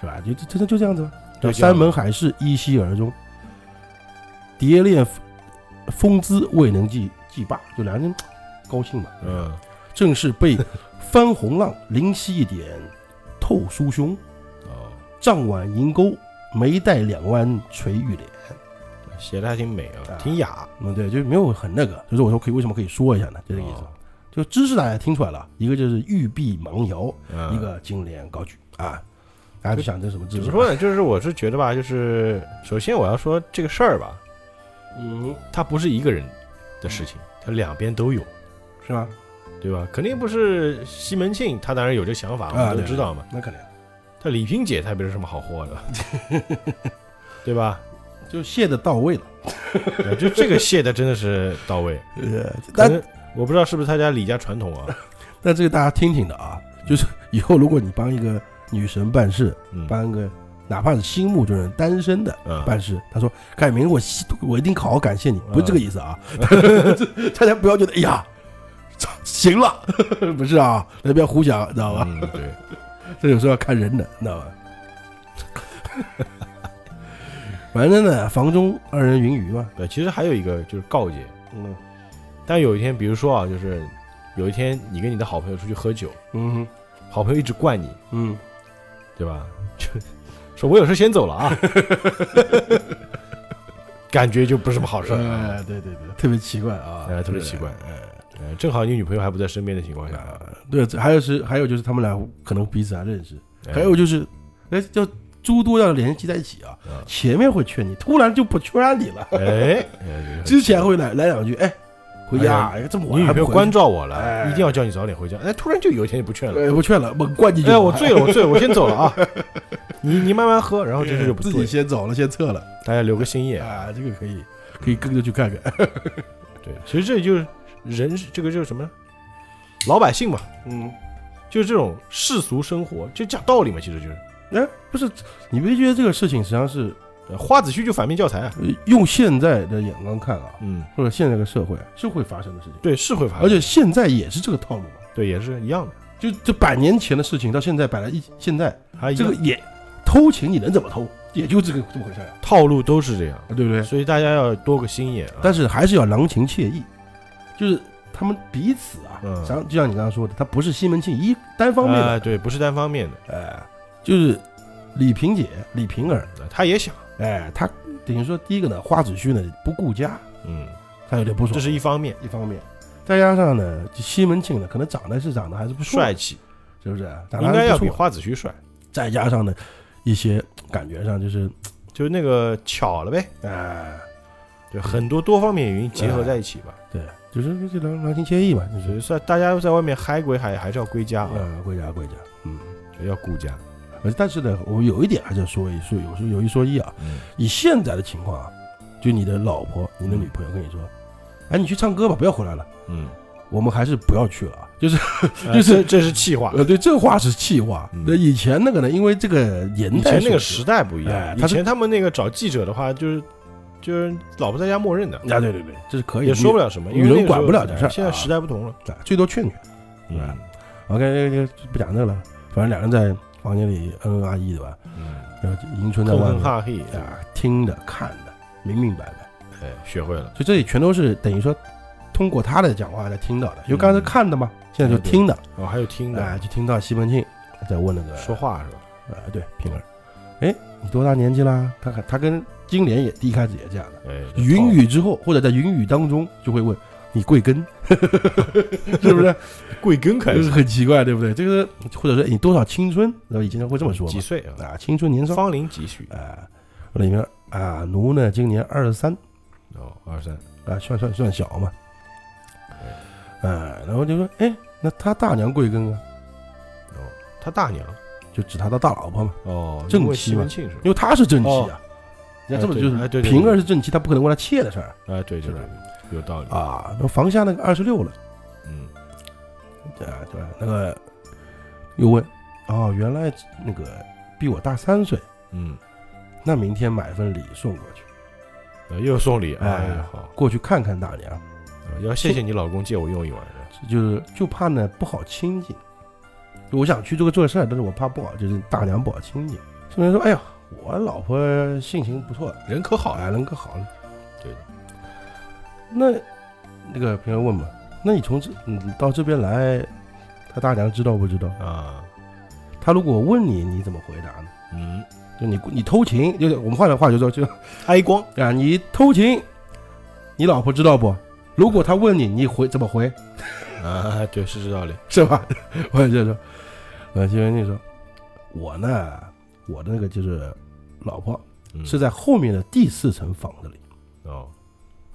Speaker 2: 是吧？就就就就这样子吧。
Speaker 1: 就这样
Speaker 2: 山盟海誓，依稀而终。蝶恋风姿未能记记罢，就两人高兴嘛。
Speaker 1: 嗯，
Speaker 2: 正是被翻红浪淋洗一点透酥胸，
Speaker 1: 哦，
Speaker 2: 帐挽银钩，眉黛两弯垂玉脸。
Speaker 1: 写的还挺美啊
Speaker 2: 啊，
Speaker 1: 挺雅，
Speaker 2: 嗯，对，就没有很那个，就是我说可以为什么可以说一下呢？就这个意思。
Speaker 1: 哦
Speaker 2: 就知识大家听出来了，一个就是玉臂忙摇，
Speaker 1: 嗯
Speaker 2: 一个金莲高举啊，大家就想这什么知
Speaker 1: 怎
Speaker 2: 识？
Speaker 1: 么说呢？就是我是觉得吧，就是首先我要说这个事儿吧，
Speaker 2: 嗯，
Speaker 1: 它不是一个人的事情，它两边都有，
Speaker 2: 是吧？
Speaker 1: 对吧？肯定不是西门庆，他当然有这个想法，我
Speaker 2: 啊
Speaker 1: 们都
Speaker 2: 对
Speaker 1: 知道嘛。
Speaker 2: 那肯定，
Speaker 1: 但李萍姐她也不是什么好货 的，对吧？
Speaker 2: 就谢的到位了。
Speaker 1: 呃就这个卸的真的是到位，
Speaker 2: 呃，
Speaker 1: 可
Speaker 2: 但
Speaker 1: 能我不知道是不是他家李家传统啊，
Speaker 2: 但这个大家听听的啊，就是以后如果你帮一个女神办事，
Speaker 1: 嗯
Speaker 2: 帮一个哪怕是心目中人单身的
Speaker 1: 嗯，
Speaker 2: 办事，他说：“改明，我希我一定好好感谢你。”不是这个意思啊， 大家不要觉得哎呀，操行了， 不是啊，大家不要胡想，知道吧？
Speaker 1: 嗯对，
Speaker 2: 这有时候要看人的，知道吧？ 反正呢，房中二人云雨嘛，
Speaker 1: 对，呃其实还有一个就是告诫，
Speaker 2: 嗯
Speaker 1: 但有一天，比如说啊，就是有一天你跟你的好朋友出去喝酒，
Speaker 2: 嗯
Speaker 1: 好朋友一直灌你，
Speaker 2: 嗯，
Speaker 1: 对吧？就说我有事先走了啊， 感觉就不是什么好事儿啊。
Speaker 2: 哎，对对对，特别奇怪啊，
Speaker 1: 哎特别奇怪
Speaker 2: 哎。
Speaker 1: 呃正好你女朋友还不在身边的情况下，
Speaker 2: 啊，对，这还有是还有就是他们俩可能彼此啊还认识，
Speaker 1: 哎
Speaker 2: 还有就是，哎，叫诸多要联系在一起啊。
Speaker 1: 嗯
Speaker 2: 前面会劝你，突然就不劝你了。
Speaker 1: 哎，哎
Speaker 2: 之前会来来两句，哎，回家，
Speaker 1: 哎
Speaker 2: 哎呀，这么
Speaker 1: 你
Speaker 2: 晚
Speaker 1: 女
Speaker 2: 还
Speaker 1: 朋
Speaker 2: 不
Speaker 1: 友
Speaker 2: 回
Speaker 1: 关
Speaker 2: 去，
Speaker 1: 照我了，
Speaker 2: 哎
Speaker 1: 一定要叫你早点回家。哎，突然就有一天就不劝了，
Speaker 2: 哎，不劝了，猛灌进去。
Speaker 1: 哎，我醉了，我醉了，我先走了 啊。你你慢慢喝，然后这事就不
Speaker 2: 哎
Speaker 1: 哎
Speaker 2: 自
Speaker 1: 对
Speaker 2: 己，先走了，先撤了
Speaker 1: 大家留个心眼。
Speaker 2: 啊，这个可以，可以跟着去看看。
Speaker 1: 对，其实这就是人，这个就是什么，老百姓嘛，
Speaker 2: 嗯，
Speaker 1: 就是这种世俗生活，就讲道理嘛，其实就是。
Speaker 2: 哎，不是，你没觉得这个事情实际上是
Speaker 1: 呃花子虚就反面教材啊，
Speaker 2: 呃用现在的眼光看啊，
Speaker 1: 嗯，
Speaker 2: 或者现在的社会是会发生的事情，
Speaker 1: 对，是会发生，
Speaker 2: 而且现在也是这个套路嘛。
Speaker 1: 对也是一样的，
Speaker 2: 就这百年前的事情，到现在摆在一现在，
Speaker 1: 还一
Speaker 2: 这
Speaker 1: 样
Speaker 2: 个也偷情，你能怎么偷？也就这个这么回事儿啊，
Speaker 1: 套路都是这啊样，
Speaker 2: 对不对？
Speaker 1: 所以大家要多个心眼啊。
Speaker 2: 但是还是要郎情妾意，就是他们彼此啊，
Speaker 1: 嗯
Speaker 2: 像就像你刚刚说的，他不是西门庆一单方面的，
Speaker 1: 哎对，不是单方面的，
Speaker 2: 哎，就是李萍姐、李萍儿，
Speaker 1: 呃他也想，
Speaker 2: 哎，她等于说第一个呢，花子虚呢不顾家，
Speaker 1: 嗯，
Speaker 2: 他有点不爽，
Speaker 1: 这是一方面，
Speaker 2: 一方面。再加上呢，西门庆呢，可能长得是长得还是不错
Speaker 1: 帅，气
Speaker 2: 是不是？长得
Speaker 1: 应
Speaker 2: 还
Speaker 1: 该
Speaker 2: 是
Speaker 1: 要
Speaker 2: 不
Speaker 1: 比
Speaker 2: 错。
Speaker 1: 花子虚帅，
Speaker 2: 再加上呢，一些感觉上就是，
Speaker 1: 就是那个巧了呗，
Speaker 2: 哎，
Speaker 1: 对，很多多方面原因结合在一起吧。
Speaker 2: 对，就是这郎郎情妾意嘛，就
Speaker 1: 所以
Speaker 2: 是
Speaker 1: 算大家在外面嗨归嗨，还是要归家啊，
Speaker 2: 呃归家归家，嗯。
Speaker 1: 要顾家。
Speaker 2: 而但是呢，我有一点还是要说一说，有时候有一说一啊，
Speaker 1: 嗯，
Speaker 2: 以现在的情况啊，就你的老婆、你的女朋友跟你说，哎，你去唱歌吧，不要回来了，
Speaker 1: 嗯，
Speaker 2: 我们还是不要去了啊。就是
Speaker 1: 呃
Speaker 2: 就
Speaker 1: 这
Speaker 2: 是
Speaker 1: 这是气话，
Speaker 2: 呃，对，这话是气话
Speaker 1: 嗯。
Speaker 2: 那以前那个呢，因为这个年
Speaker 1: 以
Speaker 2: 代
Speaker 1: 前
Speaker 2: 是
Speaker 1: 那个时代不一
Speaker 2: 哎
Speaker 1: 样，以
Speaker 2: 他是
Speaker 1: 前他们那个找记者的话，就是就是老婆在家默认的，
Speaker 2: 啊，对对对，这是可以，
Speaker 1: 也说不了什么，因为
Speaker 2: 女人
Speaker 1: 那个时候
Speaker 2: 管不了这事儿啊
Speaker 1: 哎
Speaker 2: 嗯
Speaker 1: 现在时代不同了，
Speaker 2: 了，最多劝劝。
Speaker 1: 对吧？
Speaker 2: OK，这个就不讲这个了，反正两个人在房间里恩恩爱爱的吧，
Speaker 1: 嗯，
Speaker 2: 然后迎春在
Speaker 1: 哼
Speaker 2: 外
Speaker 1: 哼
Speaker 2: 面
Speaker 1: 哈嘿，
Speaker 2: 啊，听的看的明明白白，
Speaker 1: 哎，学会了，
Speaker 2: 所以这里全都是等于说通过他的讲话来听到的，因为刚才是看的嘛，现在就听的，
Speaker 1: 然后还有嗯听
Speaker 2: 哎、
Speaker 1: 的
Speaker 2: 就听到西门庆在问那个
Speaker 1: 说，话是吧？
Speaker 2: 呃，对，平儿，哎，你多大年纪啦？他看他跟金莲也第一开始也这样的，
Speaker 1: 哎，
Speaker 2: 云雨之后或者在云雨当中就会问你贵 庚， 是不是？
Speaker 1: 贵庚开
Speaker 2: 就是
Speaker 1: 始
Speaker 2: 很奇怪，对不对？这个或者说哎你多少青春，然后以前他会这么说
Speaker 1: 几
Speaker 2: 嘛，
Speaker 1: 岁啊？哎
Speaker 2: 啊，青春年少，
Speaker 1: 芳龄几许？
Speaker 2: 啊，里面啊，奴呢今年二十三。
Speaker 1: 哦，二三，
Speaker 2: 啊，算算算小嘛，哎、然后就说，哎，那他大娘贵庚啊？
Speaker 1: 哦，他大娘，
Speaker 2: 就指他的大老婆嘛，
Speaker 1: 哦，
Speaker 2: 正
Speaker 1: 因为
Speaker 2: 妻
Speaker 1: 西
Speaker 2: 嘛
Speaker 1: 门庆是吧
Speaker 2: 因？为他是正妻啊，你看这么就是
Speaker 1: 哦哎对哎对对
Speaker 2: 平
Speaker 1: 对
Speaker 2: 儿是正妻，他不可能问他妾的事儿
Speaker 1: 哎，对对
Speaker 2: 是吧
Speaker 1: 对，有道理，
Speaker 2: 啊。那房下那个二十六了，
Speaker 1: 嗯，
Speaker 2: 啊，对吧？那个又问，哦，原来那个比我大三岁，
Speaker 1: 嗯，
Speaker 2: 那明天买份礼送过去，
Speaker 1: 呃又送礼，哎
Speaker 2: 哎
Speaker 1: 呀，好，
Speaker 2: 过去看看大娘。
Speaker 1: 呃要谢谢你老公借我用一晚上，
Speaker 2: 这就是就怕呢不好亲近，就我想去做个这事儿，但是我怕不好，就是大娘不好亲近。这边说，哎呀，我老婆性情不错，
Speaker 1: 人可好
Speaker 2: 好
Speaker 1: 呀，
Speaker 2: 呀，人可好了。
Speaker 1: 对的，
Speaker 2: 那那个朋友问嘛，那你从这你到这边来，他大娘知道不知道？
Speaker 1: 啊，
Speaker 2: 他如果问你，你怎么回答呢？
Speaker 1: 嗯，
Speaker 2: 就你你偷情，就是我们换句话就说，就
Speaker 1: 哀光，
Speaker 2: 啊，你偷情，你老婆知道不？如果他问你，你回怎么回？
Speaker 1: 啊，对，是这道理，
Speaker 2: 是吧？我就说，那新文静说，我呢，我的那个就是老婆
Speaker 1: 嗯
Speaker 2: 是在后面的第四层房子里，
Speaker 1: 哦，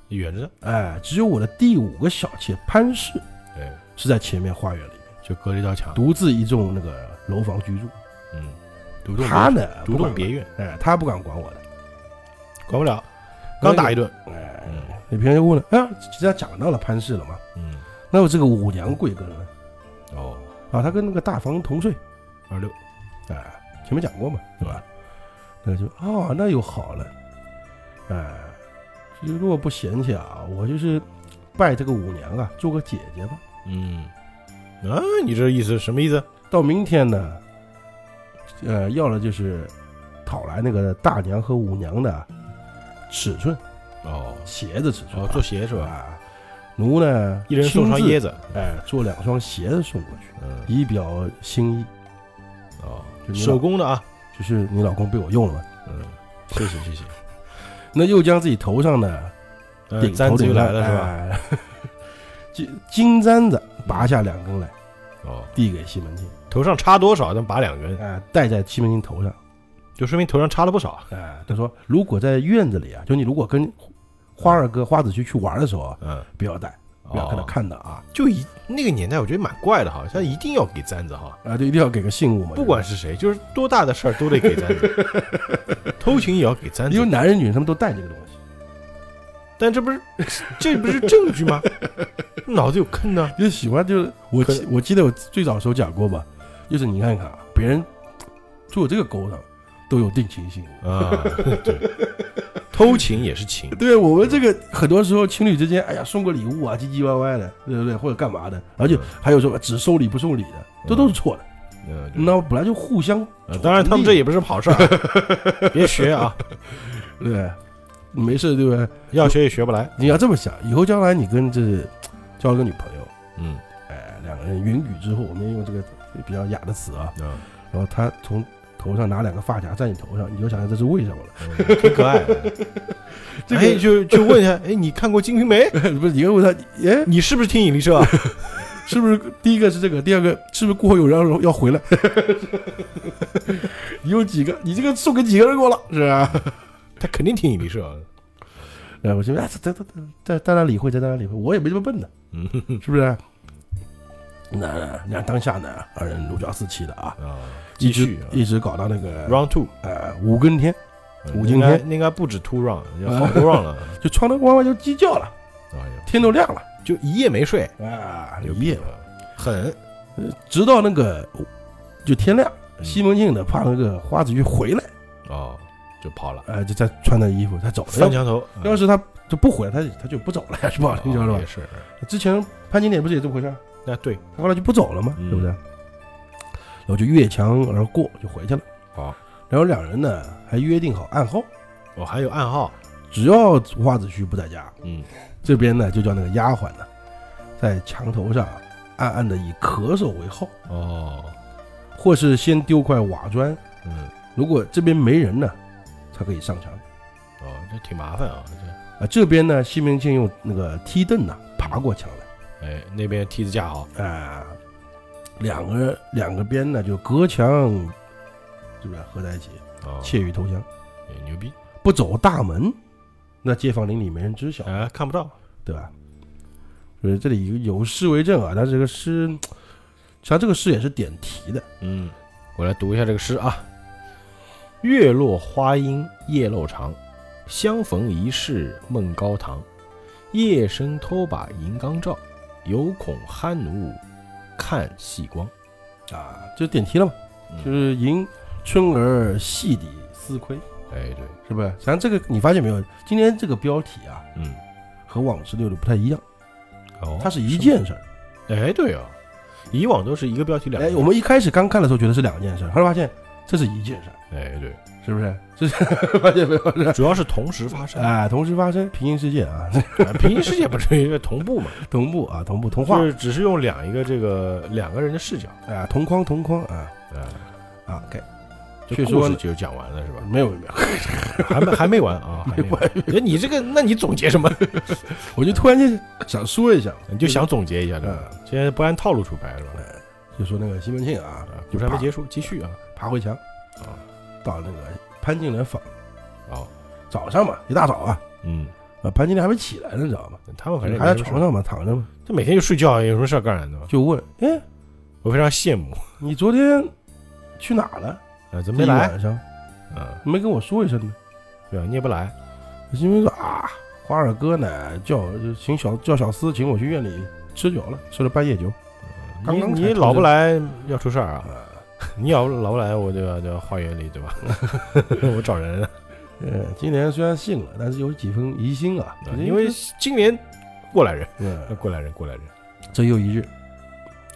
Speaker 1: 远着，
Speaker 2: 哎，只有我的第五个小妾潘氏
Speaker 1: 哎，
Speaker 2: 是在前面花园里面，
Speaker 1: 就隔了一道墙，
Speaker 2: 独自一栋那个楼房居住。
Speaker 1: 嗯，独栋别
Speaker 2: 他呢，
Speaker 1: 独
Speaker 2: 不
Speaker 1: 栋
Speaker 2: 管
Speaker 1: 别院，
Speaker 2: 哎，他不敢管我的，
Speaker 1: 管不了，刚打一顿，
Speaker 2: 哎
Speaker 1: 嗯，
Speaker 2: 你平时就问了，哎，既然讲到了潘氏了嘛，
Speaker 1: 嗯，
Speaker 2: 那我这个五娘贵庚呢？
Speaker 1: 哦，
Speaker 2: 啊，他跟那个大房同岁，
Speaker 1: 二六，
Speaker 2: 啊，前面讲过嘛，对吧？那就哦，那又好了，哎，其实如果不嫌弃啊，我就是拜这个五娘啊，做个姐姐吧。
Speaker 1: 嗯，啊，你这意思什么意思？
Speaker 2: 到明天呢，呃，要了就是讨来那个大娘和五娘的尺寸，
Speaker 1: 哦，
Speaker 2: 鞋子尺寸、
Speaker 1: 哦
Speaker 2: 啊，，
Speaker 1: 做鞋是吧？
Speaker 2: 吧？奴呢，
Speaker 1: 一人送双
Speaker 2: 亲自
Speaker 1: 椰，子，
Speaker 2: 哎，做两双鞋子送过去，
Speaker 1: 嗯，
Speaker 2: 以表心意。
Speaker 1: 哦，
Speaker 2: 就你老
Speaker 1: 手工的啊，
Speaker 2: 就是你老公被我用了嘛，
Speaker 1: 嗯，谢谢谢谢。
Speaker 2: 那又将自己头上呢
Speaker 1: 呃
Speaker 2: 顶
Speaker 1: 簪
Speaker 2: 头
Speaker 1: 子
Speaker 2: 顶
Speaker 1: 又
Speaker 2: 上
Speaker 1: 来了是吧？
Speaker 2: 哎 金金簪子拔下两根来，
Speaker 1: 哦，
Speaker 2: 递给西门庆，
Speaker 1: 头上插多少，但拔两根，
Speaker 2: 啊，戴在西门庆头上，
Speaker 1: 就说明头上插了不少。
Speaker 2: 啊，他说如果在院子里啊，就你如果跟花二哥、花子去去玩的时候啊，
Speaker 1: 嗯，哦
Speaker 2: 不要戴，不要给他看到啊，
Speaker 1: 就一那个年代，我觉得蛮怪的哈，像一定要给簪子哈，
Speaker 2: 啊，就一定要给个信物嘛，
Speaker 1: 不管是谁，就是多大的事儿都得给簪子， 偷情也要给簪
Speaker 2: 因为
Speaker 1: 子。
Speaker 2: 男人女人他们都戴这个东西，
Speaker 1: 但这不是这不是证据吗？ 脑子有坑呢。
Speaker 2: 就喜欢就是我
Speaker 1: 可
Speaker 2: 记我记得我最早的时候讲过吧，就是你看看啊，别人做这个勾当都有定情信物。
Speaker 1: 啊，对，偷情也是情，
Speaker 2: 对我们这个很多时候情侣之间，哎呀，送个礼物啊，唧唧歪歪的，对不对？或者干嘛的，而且
Speaker 1: 嗯
Speaker 2: 还有什么哎只收礼不收礼的，这都是错的。
Speaker 1: 嗯，对
Speaker 2: 那本来就互相
Speaker 1: 呃当然他们这也不是好事儿啊， 别学啊，
Speaker 2: 对不对，你没事对不对？
Speaker 1: 要学也学不来。
Speaker 2: 你要这么想，以后将来你跟这交了个女朋友，
Speaker 1: 嗯
Speaker 2: 哎，两个人云雨之后，我们用这个比较雅的词啊，
Speaker 1: 啊，
Speaker 2: 然后她从头上拿两个发夹在你头上，你就想想这是为什么了。
Speaker 1: 嗯挺可爱的。
Speaker 2: 这个
Speaker 1: 哎，就就问一下，哎，你看过《金瓶梅》？
Speaker 2: 不是你又问她，哎，
Speaker 1: 你是不是听引力社？啊
Speaker 2: 是不是第一个是这个，第二个是不是过后有人要要回来？ 你有几个？你这个送给几个人过了？是啊。
Speaker 1: 他肯定听引力社。啊
Speaker 2: 哎，我觉得哎，这这这这大家理会，这大家理会，我也没这么 笨的，
Speaker 1: 嗯
Speaker 2: 是不是？那那当下呢，二人如胶似漆的啊，
Speaker 1: 啊，继
Speaker 2: 一直
Speaker 1: 续啊
Speaker 2: 一直搞到那个
Speaker 1: round two，
Speaker 2: 呃五更天，五更
Speaker 1: 应该
Speaker 2: 天
Speaker 1: 应该不止 two round，要好多 round 了。
Speaker 2: 就床头光光就鸡叫了，
Speaker 1: 哎呀，哎
Speaker 2: 天都亮了
Speaker 1: 就一夜没睡，
Speaker 2: 啊，
Speaker 1: 牛
Speaker 2: 一
Speaker 1: 逼
Speaker 2: 夜，
Speaker 1: 了，狠。
Speaker 2: 直到那个就天亮，西
Speaker 1: 门
Speaker 2: 门庆呢怕那个花子玉回来，
Speaker 1: 嗯哦，就跑了，哎
Speaker 2: 呃，就再穿着衣服他走了。
Speaker 1: 翻墙头。
Speaker 2: 要是他就不回来，他他就不走了，是吧？你知道
Speaker 1: 了
Speaker 2: 吧
Speaker 1: 啊也？嗯 是，
Speaker 2: 之前潘金莲不是也这么回事儿？
Speaker 1: 那对，
Speaker 2: 他后来就不走了嘛，
Speaker 1: 嗯
Speaker 2: 对不对？然后就越墙而过，就回去了。
Speaker 1: 好，
Speaker 2: 然后两人呢还约定好暗号，
Speaker 1: 我还有暗号。
Speaker 2: 只要花子虚不在家，
Speaker 1: 嗯，
Speaker 2: 这边呢就叫那个丫鬟呢，在墙头上暗暗的以咳嗽为号，
Speaker 1: 哦，
Speaker 2: 或是先丢块瓦砖，
Speaker 1: 嗯，
Speaker 2: 如果这边没人呢，才可以上墙。
Speaker 1: 哦，这挺麻烦啊。这，
Speaker 2: 啊，这边呢，西门庆用那个梯凳呢爬过墙
Speaker 1: 哎，那边梯子架好。
Speaker 2: 来，啊、两个两个边呢就隔墙，是不是合在一起
Speaker 1: 哦，
Speaker 2: 窃语投降？
Speaker 1: 哎牛逼，
Speaker 2: 不走大门，那街坊邻里没人知晓，
Speaker 1: 哎，看不到。
Speaker 2: 对吧？所以这里有有诗为证啊，但这个诗，实际上这个诗也是点题的。
Speaker 1: 嗯，我来读一下这个诗啊：月落花阴夜漏长，相逢一世梦高堂，夜深拖把银缸照，犹恐酣奴看细光。嗯
Speaker 2: 啊，就点题了嘛，就是迎春儿戏底思亏，
Speaker 1: 哎，对，
Speaker 2: 是不是？咱这个你发现没有？今天这个标题啊，
Speaker 1: 嗯，
Speaker 2: 和往时六六不太一样，
Speaker 1: 哦，
Speaker 2: 它是一件事儿。
Speaker 1: 哎，对哦，以往都是一个标题两
Speaker 2: 哎
Speaker 1: 个，，
Speaker 2: 我们一开始刚看的时候觉得是两件事儿，后来发现这是一件事儿，
Speaker 1: 哎，对，
Speaker 2: 是不是？ 这是发现没有？是吧
Speaker 1: 主要是同时发 生，
Speaker 2: 哎，同时发生平行世界啊，
Speaker 1: 啊平行世界不是因为同步嘛，
Speaker 2: 同步啊， 同步同
Speaker 1: 就
Speaker 2: 化
Speaker 1: 是只是用两一个这个两个人的视角，
Speaker 2: 啊，同框同框啊
Speaker 1: 哎，
Speaker 2: 啊，OK，
Speaker 1: 这
Speaker 2: 确实
Speaker 1: 故
Speaker 2: 我
Speaker 1: 事就讲完了是吧？
Speaker 2: 没有没有，
Speaker 1: 还没还没完 啊，还没完。你这个，那你总结什么？
Speaker 2: 我就突然间想说一下，
Speaker 1: 你就想总结一下，对吧？
Speaker 2: 啊，
Speaker 1: 现在不按套路出牌是吧？
Speaker 2: 就说那个西门庆啊
Speaker 1: 啊，，故
Speaker 2: 就
Speaker 1: 事还没
Speaker 2: 爬
Speaker 1: 结束，继续啊。
Speaker 2: 爬回墙
Speaker 1: 啊，
Speaker 2: 到那个潘金莲房，
Speaker 1: 哦，
Speaker 2: 早上嘛，一大早啊，
Speaker 1: 嗯，
Speaker 2: 啊，潘金莲还没起来呢，你知道吗？
Speaker 1: 他们反正
Speaker 2: 还
Speaker 1: 也没
Speaker 2: 在
Speaker 1: 什么
Speaker 2: 床上嘛，躺着
Speaker 1: 事
Speaker 2: 嘛，
Speaker 1: 儿，这每天就睡觉，有什么事儿干呢？
Speaker 2: 就问，哎，
Speaker 1: 我非常羡慕
Speaker 2: 你昨天去哪了？
Speaker 1: 啊，怎么
Speaker 2: 这
Speaker 1: 没
Speaker 2: 一
Speaker 1: 来？
Speaker 2: 晚上
Speaker 1: 啊，
Speaker 2: 没跟我说一声呢？
Speaker 1: 对啊，你也不来，
Speaker 2: 因为说啊，花二哥呢叫就请小叫小厮请我去院里吃酒了，吃了半夜酒。刚
Speaker 1: 你
Speaker 2: 刚才
Speaker 1: 你
Speaker 2: 通
Speaker 1: 老
Speaker 2: 知
Speaker 1: 不来要出事儿啊！
Speaker 2: 啊，
Speaker 1: 你要老不来，我就要就要花园里 对吧？我找人啊，
Speaker 2: 呃，今年虽然信了，但是有几分疑心啊，
Speaker 1: 因为今年过来人，
Speaker 2: 呃
Speaker 1: 过来人，过来人，
Speaker 2: 这又一日，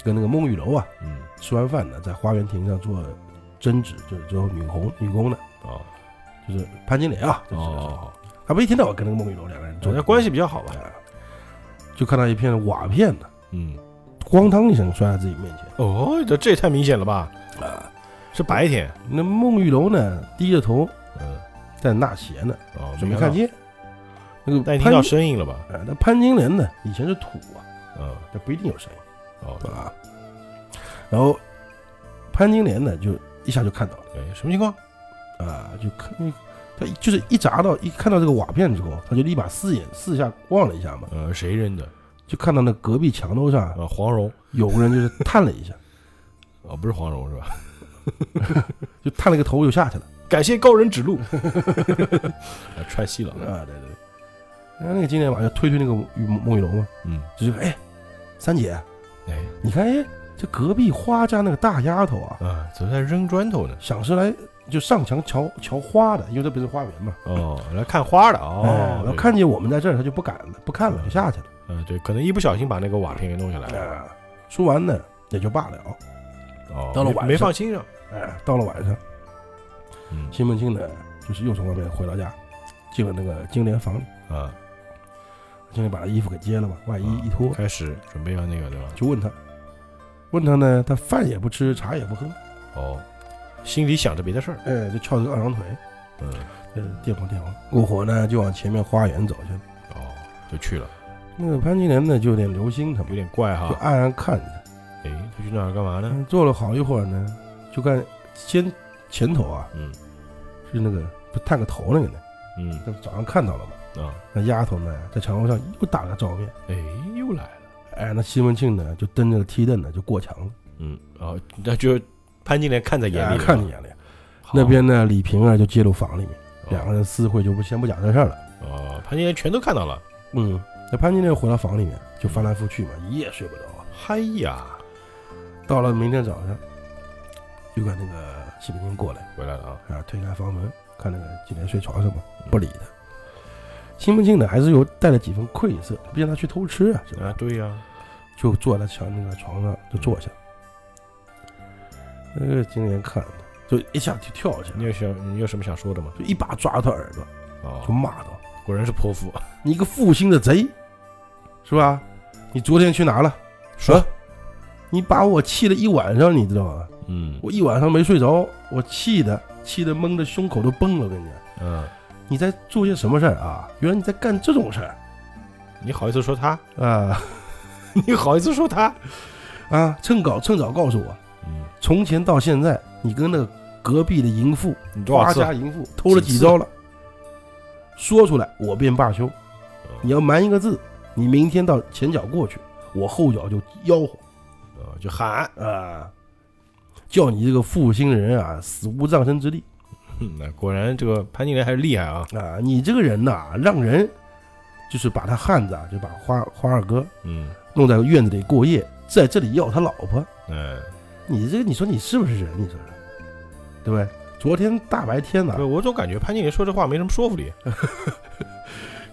Speaker 2: 跟那个孟玉楼啊
Speaker 1: 嗯，
Speaker 2: 吃完饭呢，在花园亭上做争执，就是最后女红女工呢，
Speaker 1: 哦
Speaker 2: 就是潘金莲啊，就是、
Speaker 1: 哦，
Speaker 2: 他不一天到晚跟那个孟玉楼两个人
Speaker 1: 主
Speaker 2: 做
Speaker 1: 要关系比较好吧？
Speaker 2: 啊，就看到一片瓦片呢，
Speaker 1: 嗯，
Speaker 2: 咣当一声摔在自己面前。
Speaker 1: 哦，这这也太明显了吧？
Speaker 2: 啊，
Speaker 1: 是白天，
Speaker 2: 那孟玉楼呢，低着头
Speaker 1: 嗯，
Speaker 2: 在纳鞋呢，
Speaker 1: 哦，
Speaker 2: 准备看
Speaker 1: 见，
Speaker 2: 街。那个
Speaker 1: 但
Speaker 2: 潘
Speaker 1: 你听到
Speaker 2: 金
Speaker 1: 声音了吧？
Speaker 2: 啊，那潘金莲呢，以前是土啊，
Speaker 1: 嗯，
Speaker 2: 那不一定有声音
Speaker 1: 哦，
Speaker 2: 啊。然后潘金莲呢，就一下就看到了
Speaker 1: 哎，什么情况？
Speaker 2: 啊，就看他就是一砸到一看到这个瓦片之后，他就立马四眼四下望了一下嘛，
Speaker 1: 呃，谁扔的？
Speaker 2: 就看到那隔壁墙头上
Speaker 1: 呃，黄蓉，
Speaker 2: 有个人就是探了一下，
Speaker 1: 哦，不是黄蓉是吧？
Speaker 2: 就探了个头就下去了
Speaker 1: 感谢高人指 路，啊串戏了，
Speaker 2: 啊，对对对。然后那个金莲马就推推那个孟孟玉楼嘛，
Speaker 1: 嗯，
Speaker 2: 就是哎，三姐，
Speaker 1: 哎，
Speaker 2: 你看，哎，这隔壁花家那个大丫头啊，
Speaker 1: 啊，怎么在扔砖头呢？
Speaker 2: 想是来就上墙瞧瞧花的，因为这不是花园嘛。
Speaker 1: 哦，来看花的
Speaker 2: 哎
Speaker 1: 哦，
Speaker 2: 然后
Speaker 1: 对，
Speaker 2: 看见我们在这儿，他就不敢了，不看了，就下去了。
Speaker 1: 嗯，对，可能一不小心把那个瓦片给弄下来了，
Speaker 2: 哎，说完呢，也就罢了。
Speaker 1: 哦，
Speaker 2: 到了
Speaker 1: 没
Speaker 2: 晚上
Speaker 1: 没放心上，
Speaker 2: 哎，到了晚上，
Speaker 1: 嗯
Speaker 2: 西门庆呢，就是又从外面回到家，进了那个金莲房里，
Speaker 1: 啊，
Speaker 2: 金莲把他衣服给揭了嘛，外衣
Speaker 1: 嗯
Speaker 2: 一脱，
Speaker 1: 开始准备要那个对吧？
Speaker 2: 就问他，问他呢，他饭也不吃，茶也不喝，
Speaker 1: 哦，心里想着别的事儿，
Speaker 2: 哎，就翘着个二郎腿，
Speaker 1: 嗯，
Speaker 2: 呃，电晃电晃。过火呢，就往前面花园走去了。
Speaker 1: 哦，就去了，
Speaker 2: 那个潘金莲呢，就有点留心他们
Speaker 1: 有。点怪
Speaker 2: 就
Speaker 1: 哈，
Speaker 2: 暗暗看着
Speaker 1: 哎，他去那儿干嘛
Speaker 2: 他。
Speaker 1: 呢？
Speaker 2: 嗯坐了好一会儿呢，就看先前头啊
Speaker 1: 嗯
Speaker 2: 是那个不探个头那个呢，
Speaker 1: 嗯
Speaker 2: 那不早上看到了嘛。
Speaker 1: 啊，
Speaker 2: 那丫头呢，在墙头上又打了个照面。
Speaker 1: 哎，又来了，
Speaker 2: 哎，那西门庆呢，就蹬着个梯凳呢，就过墙了，
Speaker 1: 嗯，哦，那就潘金莲看在眼
Speaker 2: 哎
Speaker 1: 里，
Speaker 2: 看你眼里。
Speaker 1: 好哦
Speaker 2: 那边呢，李瓶儿就接入房里面，两个
Speaker 1: 人，
Speaker 2: 人私会，就不先不讲这事儿了。
Speaker 1: 哦，潘金莲全都看到了，
Speaker 2: 嗯，那潘金莲回到房里面，就翻来覆去嘛，一夜睡不着啊。
Speaker 1: 嗨呀，
Speaker 2: 到了明天早上，就看那个西门庆过来。
Speaker 1: 回来了啊，
Speaker 2: 啊，推开房门，看那个金莲睡床上嘛，不理他。西门庆呢，还是有带了几分愧色，毕竟他去偷吃啊，是吧
Speaker 1: 啊，对呀，
Speaker 2: 就坐在墙那个床上就坐下。那个金莲看了，就一下就跳起
Speaker 1: 你
Speaker 2: 来，
Speaker 1: 有想你有什么想说的吗？
Speaker 2: 就一把抓他耳朵，就
Speaker 1: 哦，
Speaker 2: 骂道
Speaker 1: 果然是泼妇，：“
Speaker 2: 你一个负心的贼，是吧？你昨天去哪了？
Speaker 1: 说
Speaker 2: 啊，你把我气了一晚上，你知道吗？
Speaker 1: 嗯
Speaker 2: 我一晚上没睡着，我气的气的闷的胸口都崩了，我跟你讲。”
Speaker 1: 嗯，
Speaker 2: 你在做些什么事儿啊？原来你在干这种事儿
Speaker 1: 你好意思说他？
Speaker 2: 啊
Speaker 1: 你好意思说他？
Speaker 2: 啊！趁早趁早告诉我，
Speaker 1: 嗯，
Speaker 2: 从前到现在，你跟那个隔壁的淫妇、
Speaker 1: 你多少
Speaker 2: 花
Speaker 1: 次？啊
Speaker 2: 家淫妇偷了
Speaker 1: 几
Speaker 2: 几
Speaker 1: 次
Speaker 2: 招了？说出来，我便罢休。你要瞒一个字，你明天到前脚过去，我后脚就吆喝
Speaker 1: 呃，就喊，
Speaker 2: 啊，叫你这个负心人啊，死无葬身之地。
Speaker 1: 嗯那果然这个潘金莲还是厉害啊。
Speaker 2: 啊，你这个人呐、让人就是把他汉子啊，就把花花二哥
Speaker 1: 嗯
Speaker 2: 弄在院子里过夜，在这里要他老婆，
Speaker 1: 嗯，
Speaker 2: 你这个你说你是不是人？你说，对不对？昨天大白天啊呐、
Speaker 1: 对我总感觉潘金莲说这话没什么说服力。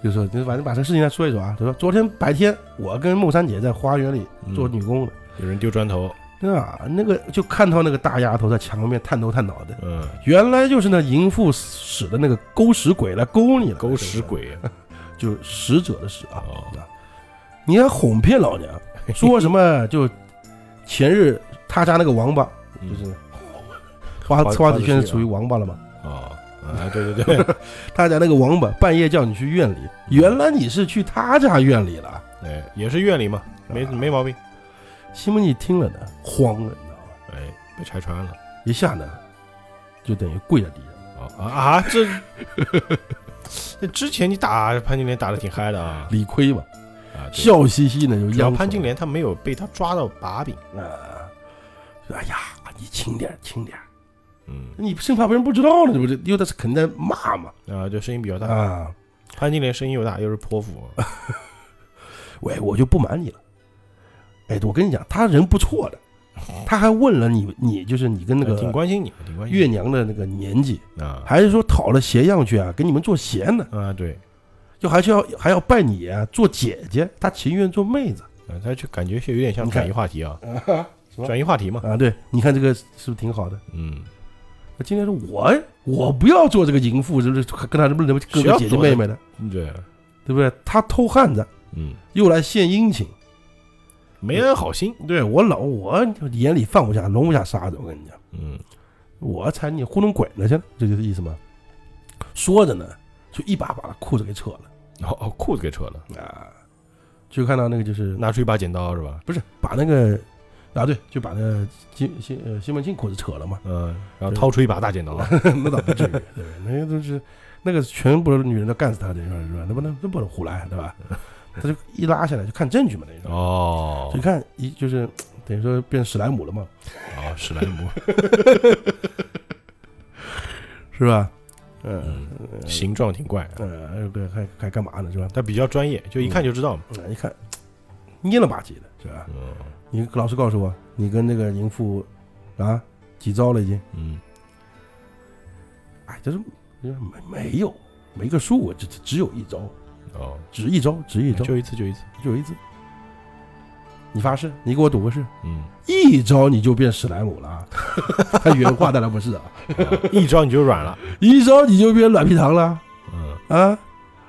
Speaker 2: 就说你反正把这事情再说一说啊。他说昨天白天我跟孟三姐在花园里
Speaker 1: 嗯
Speaker 2: 做女工的，
Speaker 1: 有人丢砖头，
Speaker 2: 啊，那个就看到那个大丫头在墙面探头探脑的，
Speaker 1: 嗯，
Speaker 2: 原来就是那淫妇使的那个勾使鬼来勾你了，
Speaker 1: 狗屎鬼
Speaker 2: 就是使者的使啊。
Speaker 1: 哦
Speaker 2: 你还哄 骗老娘，说什么就前日他家那个王八，
Speaker 1: 嗯
Speaker 2: 就是花
Speaker 1: 花
Speaker 2: 花子轩
Speaker 1: 花子
Speaker 2: 是属于王八了嘛？
Speaker 1: 哦，啊，对对对，
Speaker 2: 他家那个王八半夜叫你去院里，原来你是去他家院里了。
Speaker 1: 哎，也是院里嘛，没
Speaker 2: 啊
Speaker 1: 没毛病。
Speaker 2: 西门庆听了呢，慌了，你知道吗？
Speaker 1: 哎，被拆穿了。
Speaker 2: 一下呢，就等于跪在地上。
Speaker 1: 哦啊啊，这这之前你打潘金莲打的挺嗨的啊
Speaker 2: 理亏吧，
Speaker 1: 啊，对
Speaker 2: 笑嘻嘻的就
Speaker 1: 主要
Speaker 2: 央
Speaker 1: 潘金莲她没有被他抓到把柄，
Speaker 2: 啊，说哎呀，你轻点儿，轻点儿，
Speaker 1: 嗯
Speaker 2: 你生怕别人不知道呢，这不是？因为他是肯定在骂嘛
Speaker 1: 啊，就声音比较大。
Speaker 2: 啊。
Speaker 1: 潘金莲声音又大，又是泼妇，
Speaker 2: 喂，我就不瞒你了。哎，我跟你讲，他人不错的，他还问了你，你就是你跟那
Speaker 1: 哎挺
Speaker 2: 个
Speaker 1: 关心你，挺关
Speaker 2: 月
Speaker 1: 心
Speaker 2: 娘的那个年纪，
Speaker 1: 你啊
Speaker 2: 还是说讨了鞋样去啊，给你们做鞋呢，
Speaker 1: 啊，对，
Speaker 2: 就还是要还要拜你啊，做姐姐，他情愿做妹子
Speaker 1: 啊他就感觉是有点像
Speaker 2: 你看
Speaker 1: 转移话题啊
Speaker 2: 什么，
Speaker 1: 转移话题嘛，
Speaker 2: 啊。对，你看这个是不是挺好的？
Speaker 1: 嗯，
Speaker 2: 那今天说我我不要做这个淫妇，是不是跟他这不是哥
Speaker 1: 谁要
Speaker 2: 哥姐姐
Speaker 1: 做
Speaker 2: 妹
Speaker 1: 这
Speaker 2: 妹的，
Speaker 1: 嗯对，
Speaker 2: 对不对？他偷汉子，
Speaker 1: 嗯，
Speaker 2: 又来献殷勤，
Speaker 1: 没安好心，
Speaker 2: 对我老我眼里放不下容不下沙子，我跟你讲。
Speaker 1: 嗯
Speaker 2: 我猜你糊弄鬼了去了，这就是意思吗？说着呢，就一把把他裤子给扯了
Speaker 1: 哦哦，裤子给扯了，
Speaker 2: 啊，就看到那个就是
Speaker 1: 拿出一把剪刀是吧？
Speaker 2: 不是把那个啊对，就把那西西呃西门庆裤子扯了嘛，
Speaker 1: 嗯，然后
Speaker 2: 对
Speaker 1: 掏出一把大剪刀，
Speaker 2: 那倒不至于， 对不对？那都是那个全部女人都干死他的，是吧？是吧那不能那不能胡来，对吧？ 他就一拉下来就看证据嘛，等于说，
Speaker 1: 哦
Speaker 2: 就一，看一就是等于说变史莱姆了嘛，
Speaker 1: 哦，史莱姆，
Speaker 2: 是吧？嗯
Speaker 1: 嗯，形状挺怪，啊
Speaker 2: 呃，对，还还干嘛呢，是吧？
Speaker 1: 他比较专业，就一看就知道嘛，
Speaker 2: 啊，一看蔫了吧唧的，是吧？
Speaker 1: 嗯
Speaker 2: 你老实告诉我，你跟那个淫妇啊几招了已经？
Speaker 1: 嗯，
Speaker 2: 哎，就是没没有没个数，啊我只只有一招，
Speaker 1: 哦，
Speaker 2: 只一招，只一招，
Speaker 1: 就一次就一次，
Speaker 2: 就一次。你发誓，你给我赌个誓，
Speaker 1: 嗯，
Speaker 2: 一招你就变史莱姆了 啊。他原话当然不是啊，
Speaker 1: 啊一招你就软了，
Speaker 2: 一招你就变软皮糖了
Speaker 1: 嗯。
Speaker 2: 啊，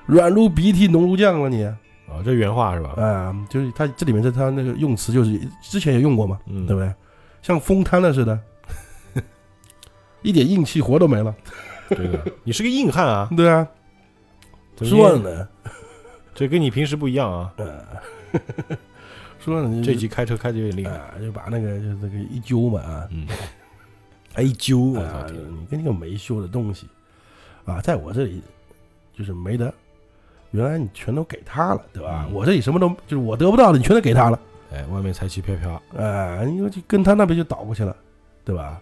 Speaker 2: 软如鼻涕，浓如酱了你
Speaker 1: 啊，这原话是吧？
Speaker 2: 啊，就是他这里面的他那个用词就是之前也用过嘛，
Speaker 1: 嗯，
Speaker 2: 对不对？像风瘫了似的，一点硬气活都没了。
Speaker 1: 对的，你是个硬汉啊，
Speaker 2: 对啊，
Speaker 1: 怎么
Speaker 2: 说
Speaker 1: 跟
Speaker 2: 呢，
Speaker 1: 这跟你平时不一样啊。
Speaker 2: 呃，说呢，
Speaker 1: 这集开车开的有点厉害，
Speaker 2: 啊，就把那个就是那个一揪嘛啊，
Speaker 1: 嗯，
Speaker 2: 哎一揪
Speaker 1: 我
Speaker 2: 啊
Speaker 1: 操，天
Speaker 2: 你跟那个没修的东西啊，在我这里就是没得，原来你全都给他了，对吧？
Speaker 1: 嗯
Speaker 2: 我这里什么都就是我得不到的，你全都给他了，
Speaker 1: 哎，外面彩旗飘飘，
Speaker 2: 啊，你说就跟他那边就倒过去了，对吧？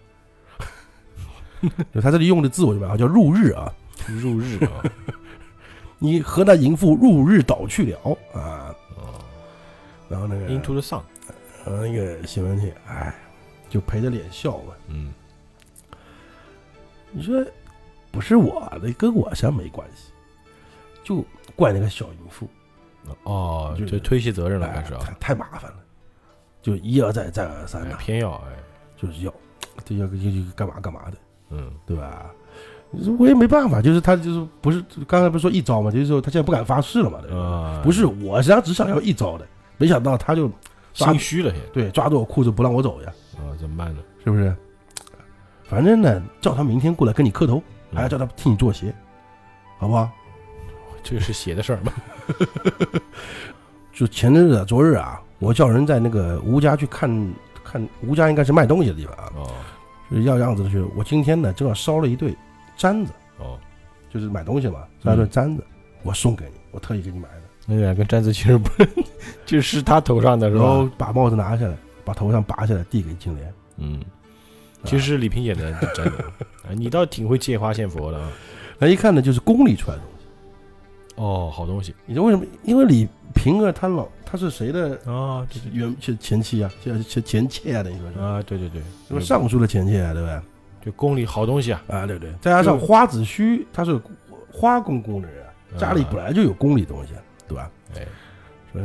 Speaker 2: 就他这里用的字 我就蛮好，叫入日啊，
Speaker 1: 入日啊，
Speaker 2: 你和那淫妇入日倒去了啊，
Speaker 1: 哦
Speaker 2: 然后那个
Speaker 1: ，Into the Sun，
Speaker 2: 然后那个西门庆，哎，就陪着脸笑嘛。
Speaker 1: 嗯，
Speaker 2: 你说不是我的，跟我啥没关系，就怪那个小淫妇，
Speaker 1: 哦，
Speaker 2: 就是
Speaker 1: 就推卸责任了
Speaker 2: 哎
Speaker 1: 开始
Speaker 2: 太
Speaker 1: 啊，
Speaker 2: 太麻烦了，就一而再，再而三
Speaker 1: 哎
Speaker 2: 的，
Speaker 1: 偏要哎，
Speaker 2: 就是要这要就干嘛干嘛的，
Speaker 1: 嗯
Speaker 2: 对吧？你说我也没办法，就是他就是不是刚才不是说一招嘛，就是说他现在不敢发誓了嘛，对吧？
Speaker 1: 啊，
Speaker 2: 不是，我实际上只想要一招的，没想到他就抓
Speaker 1: 心虚了现
Speaker 2: 对抓住我裤子不让我走呀，
Speaker 1: 在，啊，怎么办呢？
Speaker 2: 是不是？反正呢，叫他明天过来跟你磕头，
Speaker 1: 嗯
Speaker 2: 还要叫他替你做鞋，好不好？
Speaker 1: 这个是邪的事儿吗？
Speaker 2: 就前日啊，昨日啊，我叫人在那个吴家去看看，吴家应该是卖东西的地方啊，
Speaker 1: 哦
Speaker 2: 就是要样子的去。我今天呢，正好烧了一对毡子，
Speaker 1: 哦，
Speaker 2: 就是买东西嘛，烧了一对毡子，我送给你，我特意给你买的。
Speaker 1: 那俩跟詹子其实不是，就是他头上的是
Speaker 2: 然后
Speaker 1: 吧？
Speaker 2: 把帽子拿下来，把头上拔下来，递给金莲。
Speaker 1: 嗯，其实李平演的是真 的啊，你倒挺会借花献佛的啊。
Speaker 2: 那一看呢就是宫里出来的东西。
Speaker 1: 哦，好东西
Speaker 2: 你知道为什么？因为李瓶儿她老她是谁的
Speaker 1: 啊，对对
Speaker 2: 原前前妻啊，前前前妾啊，等于说是，
Speaker 1: 啊，对对对，
Speaker 2: 那么尚书的前妾啊，对吧？
Speaker 1: 就宫里好东西啊，
Speaker 2: 啊，对对，再加上花子虚，他是花宫宫人啊，家里本
Speaker 1: 来
Speaker 2: 来就有宫里东西，对吧？
Speaker 1: 哎
Speaker 2: 是，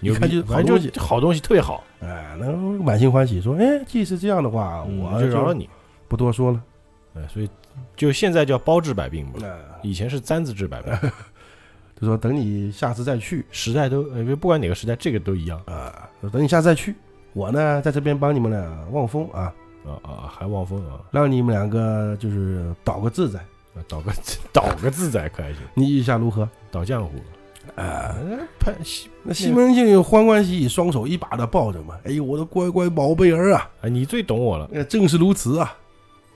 Speaker 1: 牛
Speaker 2: 一看
Speaker 1: 逼
Speaker 2: 就，
Speaker 1: 反
Speaker 2: 好
Speaker 1: 正
Speaker 2: 东西
Speaker 1: 就好东西特别好，
Speaker 2: 哎，那满心欢喜说，哎，既是这样的话，我
Speaker 1: 啊我就饶了嗯
Speaker 2: 你，
Speaker 1: 你。
Speaker 2: 不多说了。
Speaker 1: 哎，所以就现在叫包治百病嘛，
Speaker 2: 那
Speaker 1: 以前是簪子治百病，
Speaker 2: 哎 就说等你下次再去
Speaker 1: 时代都呃不管哪个时代，这个都一样
Speaker 2: 啊，说等你下次再去，我呢在这边帮你们俩望风啊，
Speaker 1: 啊啊，还望风啊，
Speaker 2: 让你们两个就是倒个自在，
Speaker 1: 啊倒个 倒个自在可还行，
Speaker 2: 你意下如何？
Speaker 1: 倒浆糊
Speaker 2: 啊，
Speaker 1: 啊，潘西
Speaker 2: 那西门庆欢欢喜喜，双手一把的抱着嘛，哎呦，我的乖乖宝贝儿啊！
Speaker 1: 啊，你最懂我了，
Speaker 2: 呃，正是如此啊，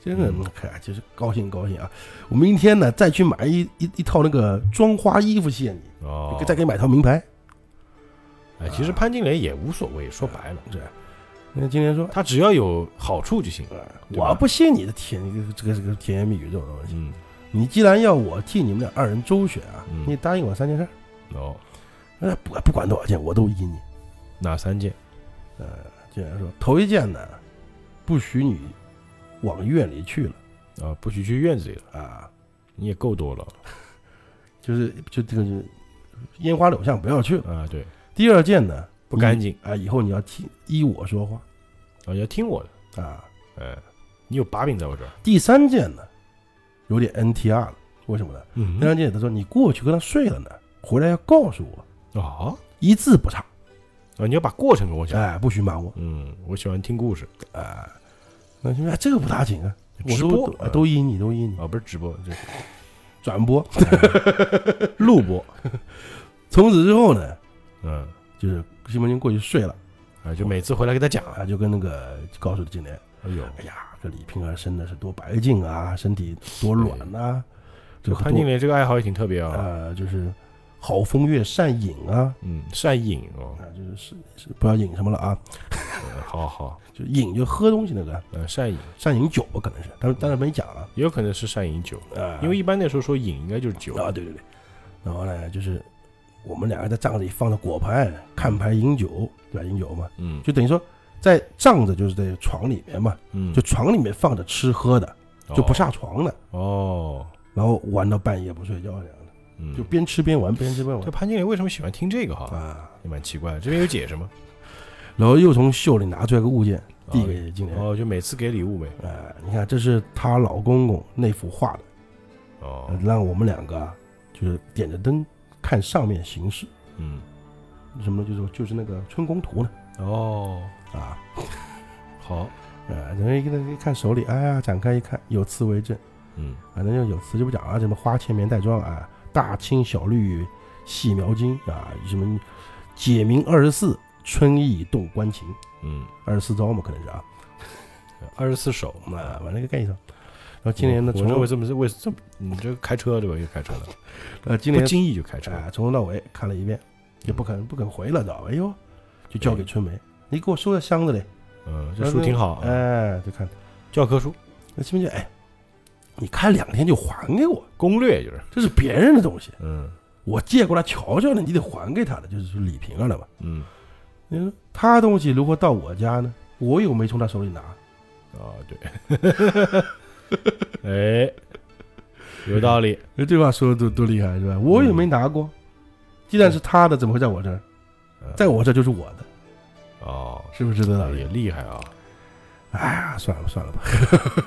Speaker 2: 真的，
Speaker 1: 嗯
Speaker 2: 哎呀，就是高兴高兴啊！我明天呢再去买一一一套那个妆花衣服谢你，
Speaker 1: 哦，
Speaker 2: 再给你买套名牌。
Speaker 1: 哎，其实潘金莲也无所谓，说白了，
Speaker 2: 这，那今天说，
Speaker 1: 她只要有好处就行。
Speaker 2: 呃
Speaker 1: 对吧
Speaker 2: 我不信你的甜这个这个甜言蜜语这种东西。
Speaker 1: 嗯，
Speaker 2: 你既然要我替你们俩二人周旋啊，
Speaker 1: 嗯
Speaker 2: 你答应我三件事儿，
Speaker 1: 哦，
Speaker 2: 呃，不不管多少件我都依你。
Speaker 1: 哪三件？
Speaker 2: 竟然说，头一件呢，不许你往院里去了
Speaker 1: 啊，不许去院子里了，
Speaker 2: 啊，
Speaker 1: 你也够多了
Speaker 2: 就是就这个就是烟花柳巷不要去了。
Speaker 1: 啊。对，
Speaker 2: 第二件呢，
Speaker 1: 不干净
Speaker 2: 啊，以后你要听依我说话
Speaker 1: 啊，要听我的。
Speaker 2: 啊。
Speaker 1: 哎，你有把柄在我这儿。
Speaker 2: 第三件呢，有点 NTR 了，为什么呢？
Speaker 1: 嗯
Speaker 2: 第三件他说你过去跟他睡了呢，回来要告诉我，
Speaker 1: 啊
Speaker 2: 一字不差，
Speaker 1: 啊，你要把过程跟我讲。
Speaker 2: 哎，不许瞒我
Speaker 1: 嗯，我喜欢听故事，
Speaker 2: 啊。那现在这个不打紧啊，我
Speaker 1: 直
Speaker 2: 都
Speaker 1: 播
Speaker 2: 都都依你，都依你，
Speaker 1: 啊，不是直播，这是
Speaker 2: 转 播。
Speaker 1: 录播。
Speaker 2: 从此之后呢，
Speaker 1: 嗯，
Speaker 2: 就是西门庆过去睡了
Speaker 1: 啊，就每次回来给他讲。
Speaker 2: 啊，就跟那个告诉金莲，
Speaker 1: 哎呦，
Speaker 2: 哎呀，这李瓶儿生的是多白净啊，身体多软呐、这
Speaker 1: 这
Speaker 2: 个
Speaker 1: 哎潘金莲这个爱好也挺特别啊。
Speaker 2: 呃，就是好风月善饮啊，
Speaker 1: 嗯，善饮哦，
Speaker 2: 啊，就是是是不要饮什么了啊，
Speaker 1: 嗯好好，
Speaker 2: 就饮就喝东西那个
Speaker 1: 呃，善饮，
Speaker 2: 善饮酒吧，可能是，但是但是没讲啊，
Speaker 1: 也有可能是善饮酒，
Speaker 2: 呃，
Speaker 1: 因为一般那时候说饮应该就是酒。
Speaker 2: 啊，对对对，然后呢，就是我们两个在帐子里放着果盘，看牌饮酒，对吧？饮酒嘛，
Speaker 1: 嗯
Speaker 2: 就等于说在帐子就是在床里面嘛，
Speaker 1: 嗯，
Speaker 2: 就床里面放着吃喝的，就不下床的，
Speaker 1: 哦。哦
Speaker 2: 然后玩到半夜不睡觉这样的，
Speaker 1: 嗯，
Speaker 2: 就边吃边玩，边吃边
Speaker 1: 这
Speaker 2: 玩
Speaker 1: 潘金莲为什么喜欢听这个哈？
Speaker 2: 啊，
Speaker 1: 也蛮奇怪的，这边有解释吗？
Speaker 2: 然后又从袖里拿出来个物件递给金莲，
Speaker 1: 哦，就每次给礼物呗。
Speaker 2: 哎，你看这是她老公公那幅画的。
Speaker 1: 哦
Speaker 2: 呃，让我们两个啊就是点着灯看上面形势，
Speaker 1: 嗯，
Speaker 2: 什么就是就是那个春宫图呢
Speaker 1: 哦，
Speaker 2: 啊，
Speaker 1: 好，
Speaker 2: 呃，然后一个人一看手里，哎呀，展开一看，有词为证，
Speaker 1: 嗯，
Speaker 2: 反正就啊有词就不讲了，什么花前棉带妆啊，大清小绿细描巾啊，什么解明二十四，春意动关情，
Speaker 1: 嗯，
Speaker 2: 二十四招嘛，可能是啊，
Speaker 1: 二十四首。
Speaker 2: 那反正个概念上。然后今年呢，
Speaker 1: 我这为
Speaker 2: 从
Speaker 1: 什么是为这么？你这开车对吧？又开车了，
Speaker 2: 呃今
Speaker 1: 不
Speaker 2: 年
Speaker 1: 经意就开车。
Speaker 2: 啊，从头到尾看了一遍，也不肯不肯回了，知道吧？哎呦，就交给春梅，你给我收在箱子里。
Speaker 1: 嗯，这书挺好啊，
Speaker 2: 哎，就看
Speaker 1: 教科书
Speaker 2: 那西门庆，哎，你看两天就还给我，
Speaker 1: 攻略就是。
Speaker 2: 这是别人的东西，
Speaker 1: 嗯
Speaker 2: 我借过来瞧瞧呢，你得还给他的，就是说李瓶儿了嘛。
Speaker 1: 嗯，
Speaker 2: 你说他东西如何到我家呢？我又没从他手里拿，
Speaker 1: 啊对， 哎，有道理。
Speaker 2: 那这话说的多多厉害是吧？我也没拿过，既然是他的，怎么会在我这儿？
Speaker 1: 嗯
Speaker 2: 在我这儿就是我的，
Speaker 1: 哦，
Speaker 2: 是不是这道
Speaker 1: 也
Speaker 2: 理？
Speaker 1: 厉害啊！
Speaker 2: 哎呀，算了吧算了吧，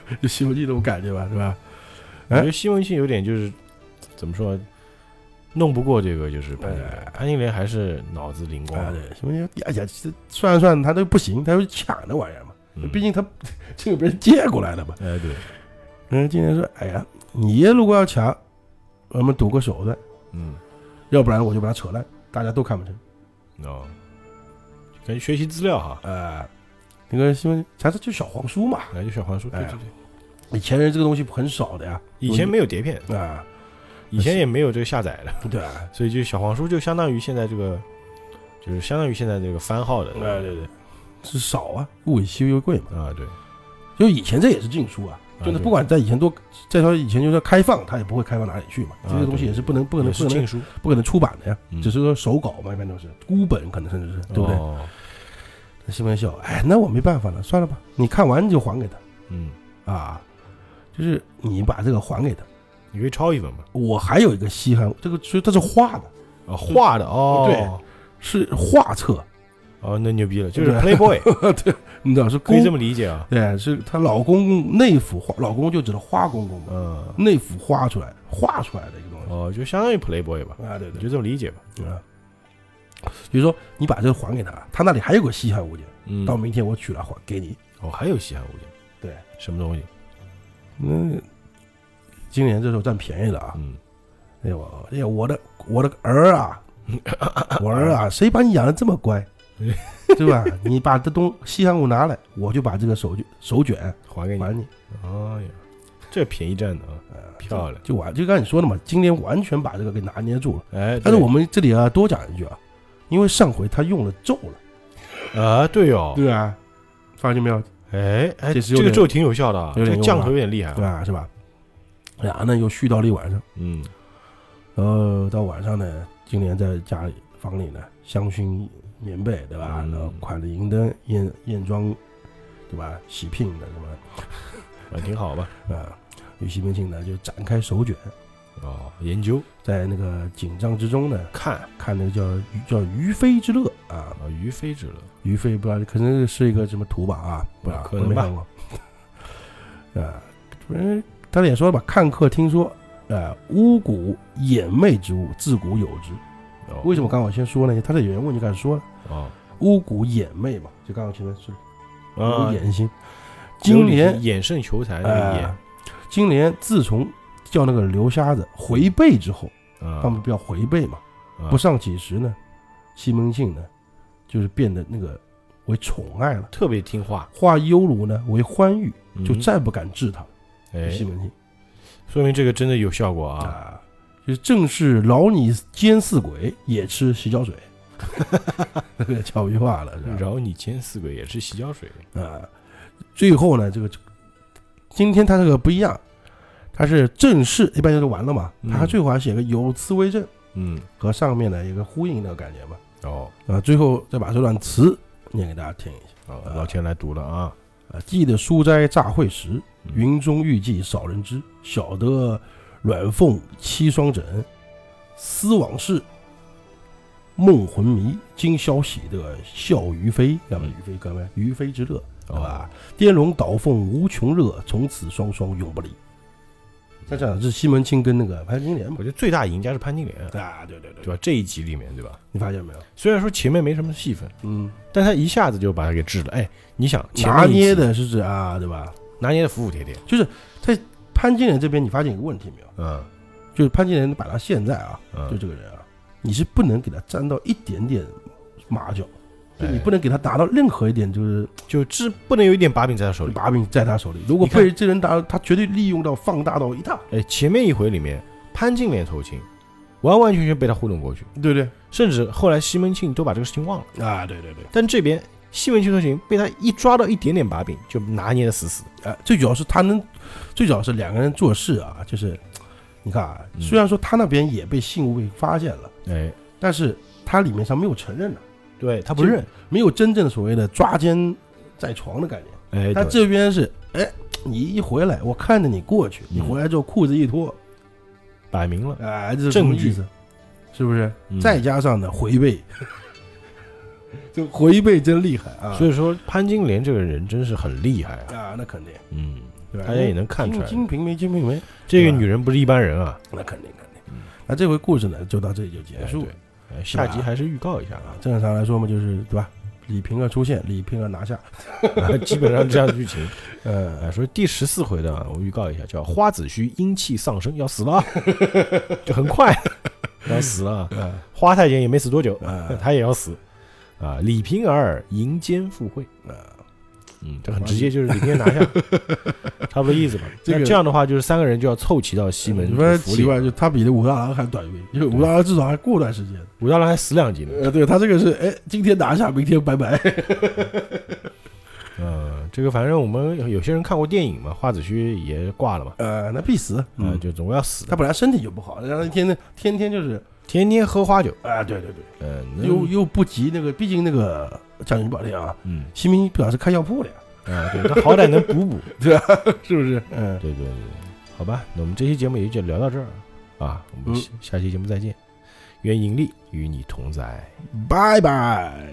Speaker 2: 就《西游记》这种感觉吧，是吧？
Speaker 1: 我
Speaker 2: 哎
Speaker 1: 觉得西门庆有点就是怎么说，弄不过这个就是潘金莲。潘金莲还是脑子灵
Speaker 2: 啊，
Speaker 1: 光，
Speaker 2: 对，西门庆，哎呀，这算了算了，他都不行，他就抢那玩意儿嘛，
Speaker 1: 嗯
Speaker 2: 毕竟他这个别人借过来的嘛。
Speaker 1: 哎对，
Speaker 2: 嗯，今天说，哎呀，你如果要抢，我们赌个手段，
Speaker 1: 嗯，
Speaker 2: 要不然我就把他扯烂，大家都看不成。嗯
Speaker 1: 哦，感觉学习资料哈，
Speaker 2: 啊，那个西门，咱这就小黄书嘛，
Speaker 1: 来就小黄书，对
Speaker 2: 哎
Speaker 1: 对对，
Speaker 2: 以前人这个东西很少的呀，
Speaker 1: 以前没有碟片，
Speaker 2: 啊，
Speaker 1: 以前也没有这个下载 的，
Speaker 2: 对啊，
Speaker 1: 所以就小黄书就相当于现在这个，就是相当于现在这个番号的，
Speaker 2: 哎对对，是少啊，物以稀为贵嘛。
Speaker 1: 啊对，
Speaker 2: 就就以前这也是禁书啊，
Speaker 1: 啊
Speaker 2: 就是
Speaker 1: 对
Speaker 2: 不管在以前多，再说以前就算开放，它也不会开放哪里去嘛。
Speaker 1: 啊
Speaker 2: 这个东西
Speaker 1: 对
Speaker 2: 也是不能不可
Speaker 1: 也
Speaker 2: 能
Speaker 1: 是
Speaker 2: 不可能
Speaker 1: 禁书，
Speaker 2: 不可能出版的呀，
Speaker 1: 嗯
Speaker 2: 只是说手稿嘛，一般都是孤本，可能甚至是对不对？
Speaker 1: 哦
Speaker 2: 那西门笑，哎，那我没办法了，算了吧，你看完你就还给
Speaker 1: 嗯，
Speaker 2: 他啊，就是你把这个还给他。
Speaker 1: 你可以抄一本嘛。
Speaker 2: 我还有一个西汉，这个所以它是画的，
Speaker 1: 啊，画的哦，对，
Speaker 2: 是画册，
Speaker 1: 哦，那牛逼了，就是
Speaker 2: 对
Speaker 1: Playboy，
Speaker 2: 对，你知道是
Speaker 1: 可以这
Speaker 2: 么
Speaker 1: 么理解啊。
Speaker 2: 对，是她老公公内府画，老公就指的花公公嘛，
Speaker 1: 嗯，
Speaker 2: 内府画出来画出来的一个东西
Speaker 1: 哦，就相当于 Playboy 吧，
Speaker 2: 啊，对
Speaker 1: 你
Speaker 2: 对
Speaker 1: 就这么理解吧。
Speaker 2: 对啊。比如说你把这个还给他，他那里还有个西汉物件，
Speaker 1: 嗯
Speaker 2: 到明天我取了还给你。
Speaker 1: 哦，还有稀罕物件，
Speaker 2: 对，
Speaker 1: 什么东西？
Speaker 2: 那今年这时候占便宜了啊！
Speaker 1: 嗯，
Speaker 2: 哎呦，哎呀，我的我的儿啊， 我儿啊，谁把你养的这么 乖，对吧？你把这东西汉物拿来，我就把这个手绢手卷
Speaker 1: 还给你。
Speaker 2: 还你，
Speaker 1: 哎呀，这便宜占的啊，漂亮。
Speaker 2: 呃就完。就刚才你说的嘛，今年完全把这个给拿捏住了。
Speaker 1: 哎，
Speaker 2: 但
Speaker 1: 对
Speaker 2: 是我们这里啊，多讲一句啊，因为上回他用了咒了，
Speaker 1: 啊，对哦，
Speaker 2: 对吧？发现没有？
Speaker 1: 哎哎，
Speaker 2: 这是有
Speaker 1: 这个
Speaker 2: 点
Speaker 1: 咒挺有效的啊，
Speaker 2: 有
Speaker 1: 这
Speaker 2: 点
Speaker 1: 个
Speaker 2: 用
Speaker 1: 降
Speaker 2: 吧
Speaker 1: 头有点厉害
Speaker 2: 对
Speaker 1: 啊。
Speaker 2: 吧？是吧？然后呢，又续到了一晚上，
Speaker 1: 嗯，
Speaker 2: 然后到晚上呢，金莲在家里房里呢香薰棉被，对吧？
Speaker 1: 嗯
Speaker 2: 然后款着银灯、艳艳妆，对吧？喜聘的什么
Speaker 1: 啊，挺好吧？
Speaker 2: 啊？与西门庆呢就展开手卷，
Speaker 1: 哦，研究
Speaker 2: 在那个紧张之中呢，
Speaker 1: 看
Speaker 2: 看那个叫鱼叫鱼飞之乐啊，
Speaker 1: 啊，于飞之乐，
Speaker 2: 鱼飞不知道可能是一个什么图吧啊，不知道
Speaker 1: 可
Speaker 2: 我没
Speaker 1: 能吧
Speaker 2: 看过。 啊，反正他也说了吧，看客听说，呃，巫蛊眼魅之物，自古有之。
Speaker 1: 哦
Speaker 2: 为什么刚好先说呢？他的原文就开始说了，
Speaker 1: 哦
Speaker 2: 巫蛊眼魅嘛，就刚好前面说巫
Speaker 1: 啊
Speaker 2: 蛊，眼星。金莲，
Speaker 1: 眼胜求财那个
Speaker 2: 呃
Speaker 1: 眼，
Speaker 2: 金莲自从叫那个刘瞎子回背之后，
Speaker 1: 啊
Speaker 2: 他哎们不要回背嘛，
Speaker 1: 啊
Speaker 2: 不上几时呢，西门庆呢，就是变得那个为宠爱了，
Speaker 1: 特别听话，
Speaker 2: 化幽卢呢为欢愉，就
Speaker 1: 嗯
Speaker 2: 再不敢治他。
Speaker 1: 哎，
Speaker 2: 西门庆
Speaker 1: 说明这个真的有效果啊。
Speaker 2: 啊，就是正是老你奸似鬼，也吃洗脚水，这个俏皮话 了，是吧？
Speaker 1: 饶你千四鬼也是洗脚水的
Speaker 2: 啊，最后呢，这个今天他这个不一样，他是正式一般就完了嘛，
Speaker 1: 嗯
Speaker 2: 他最后还写个有词为证，
Speaker 1: 嗯，
Speaker 2: 和上面的一个呼应的感觉嘛。
Speaker 1: 哦，
Speaker 2: 啊，最后再把这段词念给大家听一下
Speaker 1: 哦
Speaker 2: 啊
Speaker 1: 老钱来读了啊。
Speaker 2: 啊，记得书斋乍会时，
Speaker 1: 嗯
Speaker 2: 云中玉髻少人知，晓得软凤七双枕，思往事，梦魂迷，今宵喜得笑于飞，要不
Speaker 1: 嗯
Speaker 2: 于飞干嘛？于飞之乐，对
Speaker 1: 好
Speaker 2: 吧？？颠龙倒凤无穷热，从此双双永不离。再讲是西门庆跟那个潘金莲嘛
Speaker 1: 我？觉得最大赢家是潘金莲，
Speaker 2: 啊，对对
Speaker 1: 对
Speaker 2: 对，
Speaker 1: 吧？这一集里面，对吧？
Speaker 2: 你发现没有？
Speaker 1: 虽然说前面没什么戏份，
Speaker 2: 嗯，
Speaker 1: 但他一下子就把他给治了。哎，你想前面
Speaker 2: 拿
Speaker 1: 一集
Speaker 2: 捏的是指啊，对吧？
Speaker 1: 拿捏的服服帖帖，
Speaker 2: 潘金莲这边你发现一个问题没有？
Speaker 1: 嗯
Speaker 2: 就是潘金莲摆到现在啊，就
Speaker 1: 嗯，
Speaker 2: 这个人啊，你是不能给他沾到一点点马脚，就你
Speaker 1: 哎
Speaker 2: 不能给他达到任何一点就是
Speaker 1: 就治不能有一点把柄在他手里。
Speaker 2: 把柄在他手里。如果
Speaker 1: 你看
Speaker 2: 被这人达到，他绝对利用到放大到一塌，
Speaker 1: 哎，前面一回里面，潘金莲偷情，完完全全被他糊弄过去，
Speaker 2: 对不对？
Speaker 1: 甚至后来西门庆都把这个事情忘了。
Speaker 2: 啊，对对对，
Speaker 1: 但这边西门庆偷情被他一抓到一点点把柄，就拿捏的死死。
Speaker 2: 哎、最主要是他能，最主要是两个人做事啊，就是你看啊，
Speaker 1: 嗯
Speaker 2: 虽然说他那边也被信物被发现了，
Speaker 1: 哎，
Speaker 2: 但是他里面上没有承认的，
Speaker 1: 对他不认。
Speaker 2: 没有真正的所谓的抓奸在床的概念。
Speaker 1: 哎，
Speaker 2: 他
Speaker 1: 对
Speaker 2: 这边是，哎，你一回来，我看着你过去，你
Speaker 1: 嗯
Speaker 2: 回来之后裤子一脱，
Speaker 1: 摆明了，
Speaker 2: 哎，这是什么
Speaker 1: 证据
Speaker 2: 意思？是不是？
Speaker 1: 嗯
Speaker 2: 再加上呢，回 背，这回背真厉害啊！
Speaker 1: 所以说潘金莲这个人真是很厉害啊。
Speaker 2: 啊，那肯定，
Speaker 1: 嗯，
Speaker 2: 对吧？
Speaker 1: 大家也能看出
Speaker 2: 金
Speaker 1: 来，
Speaker 2: 金瓶梅，金瓶梅，
Speaker 1: 这个女人不是一般人啊。
Speaker 2: 那肯定肯定。那这回故事呢，就到这里就结
Speaker 1: 哎
Speaker 2: 束
Speaker 1: 对哎下集还是预告一下啊。，
Speaker 2: 啊正常来说嘛，就是对吧？李瓶儿出现，李瓶儿拿下，
Speaker 1: 啊 基本上这样的剧情。
Speaker 2: 呃，
Speaker 1: 哎，说第十四回的啊，我预告一下，叫花子虚阴气丧生，要死 了啊，就很快 要死了啊。
Speaker 2: 呃
Speaker 1: 花太监也没死多久，
Speaker 2: 呃
Speaker 1: 他也要死啊。李瓶儿迎奸赴会，
Speaker 2: 呃，
Speaker 1: 嗯，这很直接，就是李瓶儿 拿下，差不多意思吧。
Speaker 2: 这个
Speaker 1: 那这样的话，就是三个人就要凑齐到 西门
Speaker 2: 你说
Speaker 1: 府
Speaker 2: 奇
Speaker 1: 里。
Speaker 2: 怪，就他比这武大郎还短命，因为武大郎至少还过段时间。
Speaker 1: 武大郎还死两集呢，
Speaker 2: 呃，对他这个是，哎，今天拿下，明天拜拜。
Speaker 1: 嗯，这个反正我们有些人看过电影嘛，华子虚也挂了嘛，
Speaker 2: 呃，那必死，
Speaker 1: 嗯，
Speaker 2: 嗯，
Speaker 1: 就总归要死的
Speaker 2: 他，本来身体就不好，然后一天天天天就是，
Speaker 1: 天天喝花酒，
Speaker 2: 啊，对对对，
Speaker 1: 嗯，
Speaker 2: 又又不及那个，毕竟那个将军宝殿啊，
Speaker 1: 嗯
Speaker 2: 新民表是开药铺的呀，
Speaker 1: 啊，对他好歹能补补，
Speaker 2: 是不是？嗯，
Speaker 1: 对对对，对好吧，那我们这期节目也就聊到这儿啊，我们
Speaker 2: 嗯
Speaker 1: 下下期节目再见，愿盈利与你同在。
Speaker 2: 拜拜。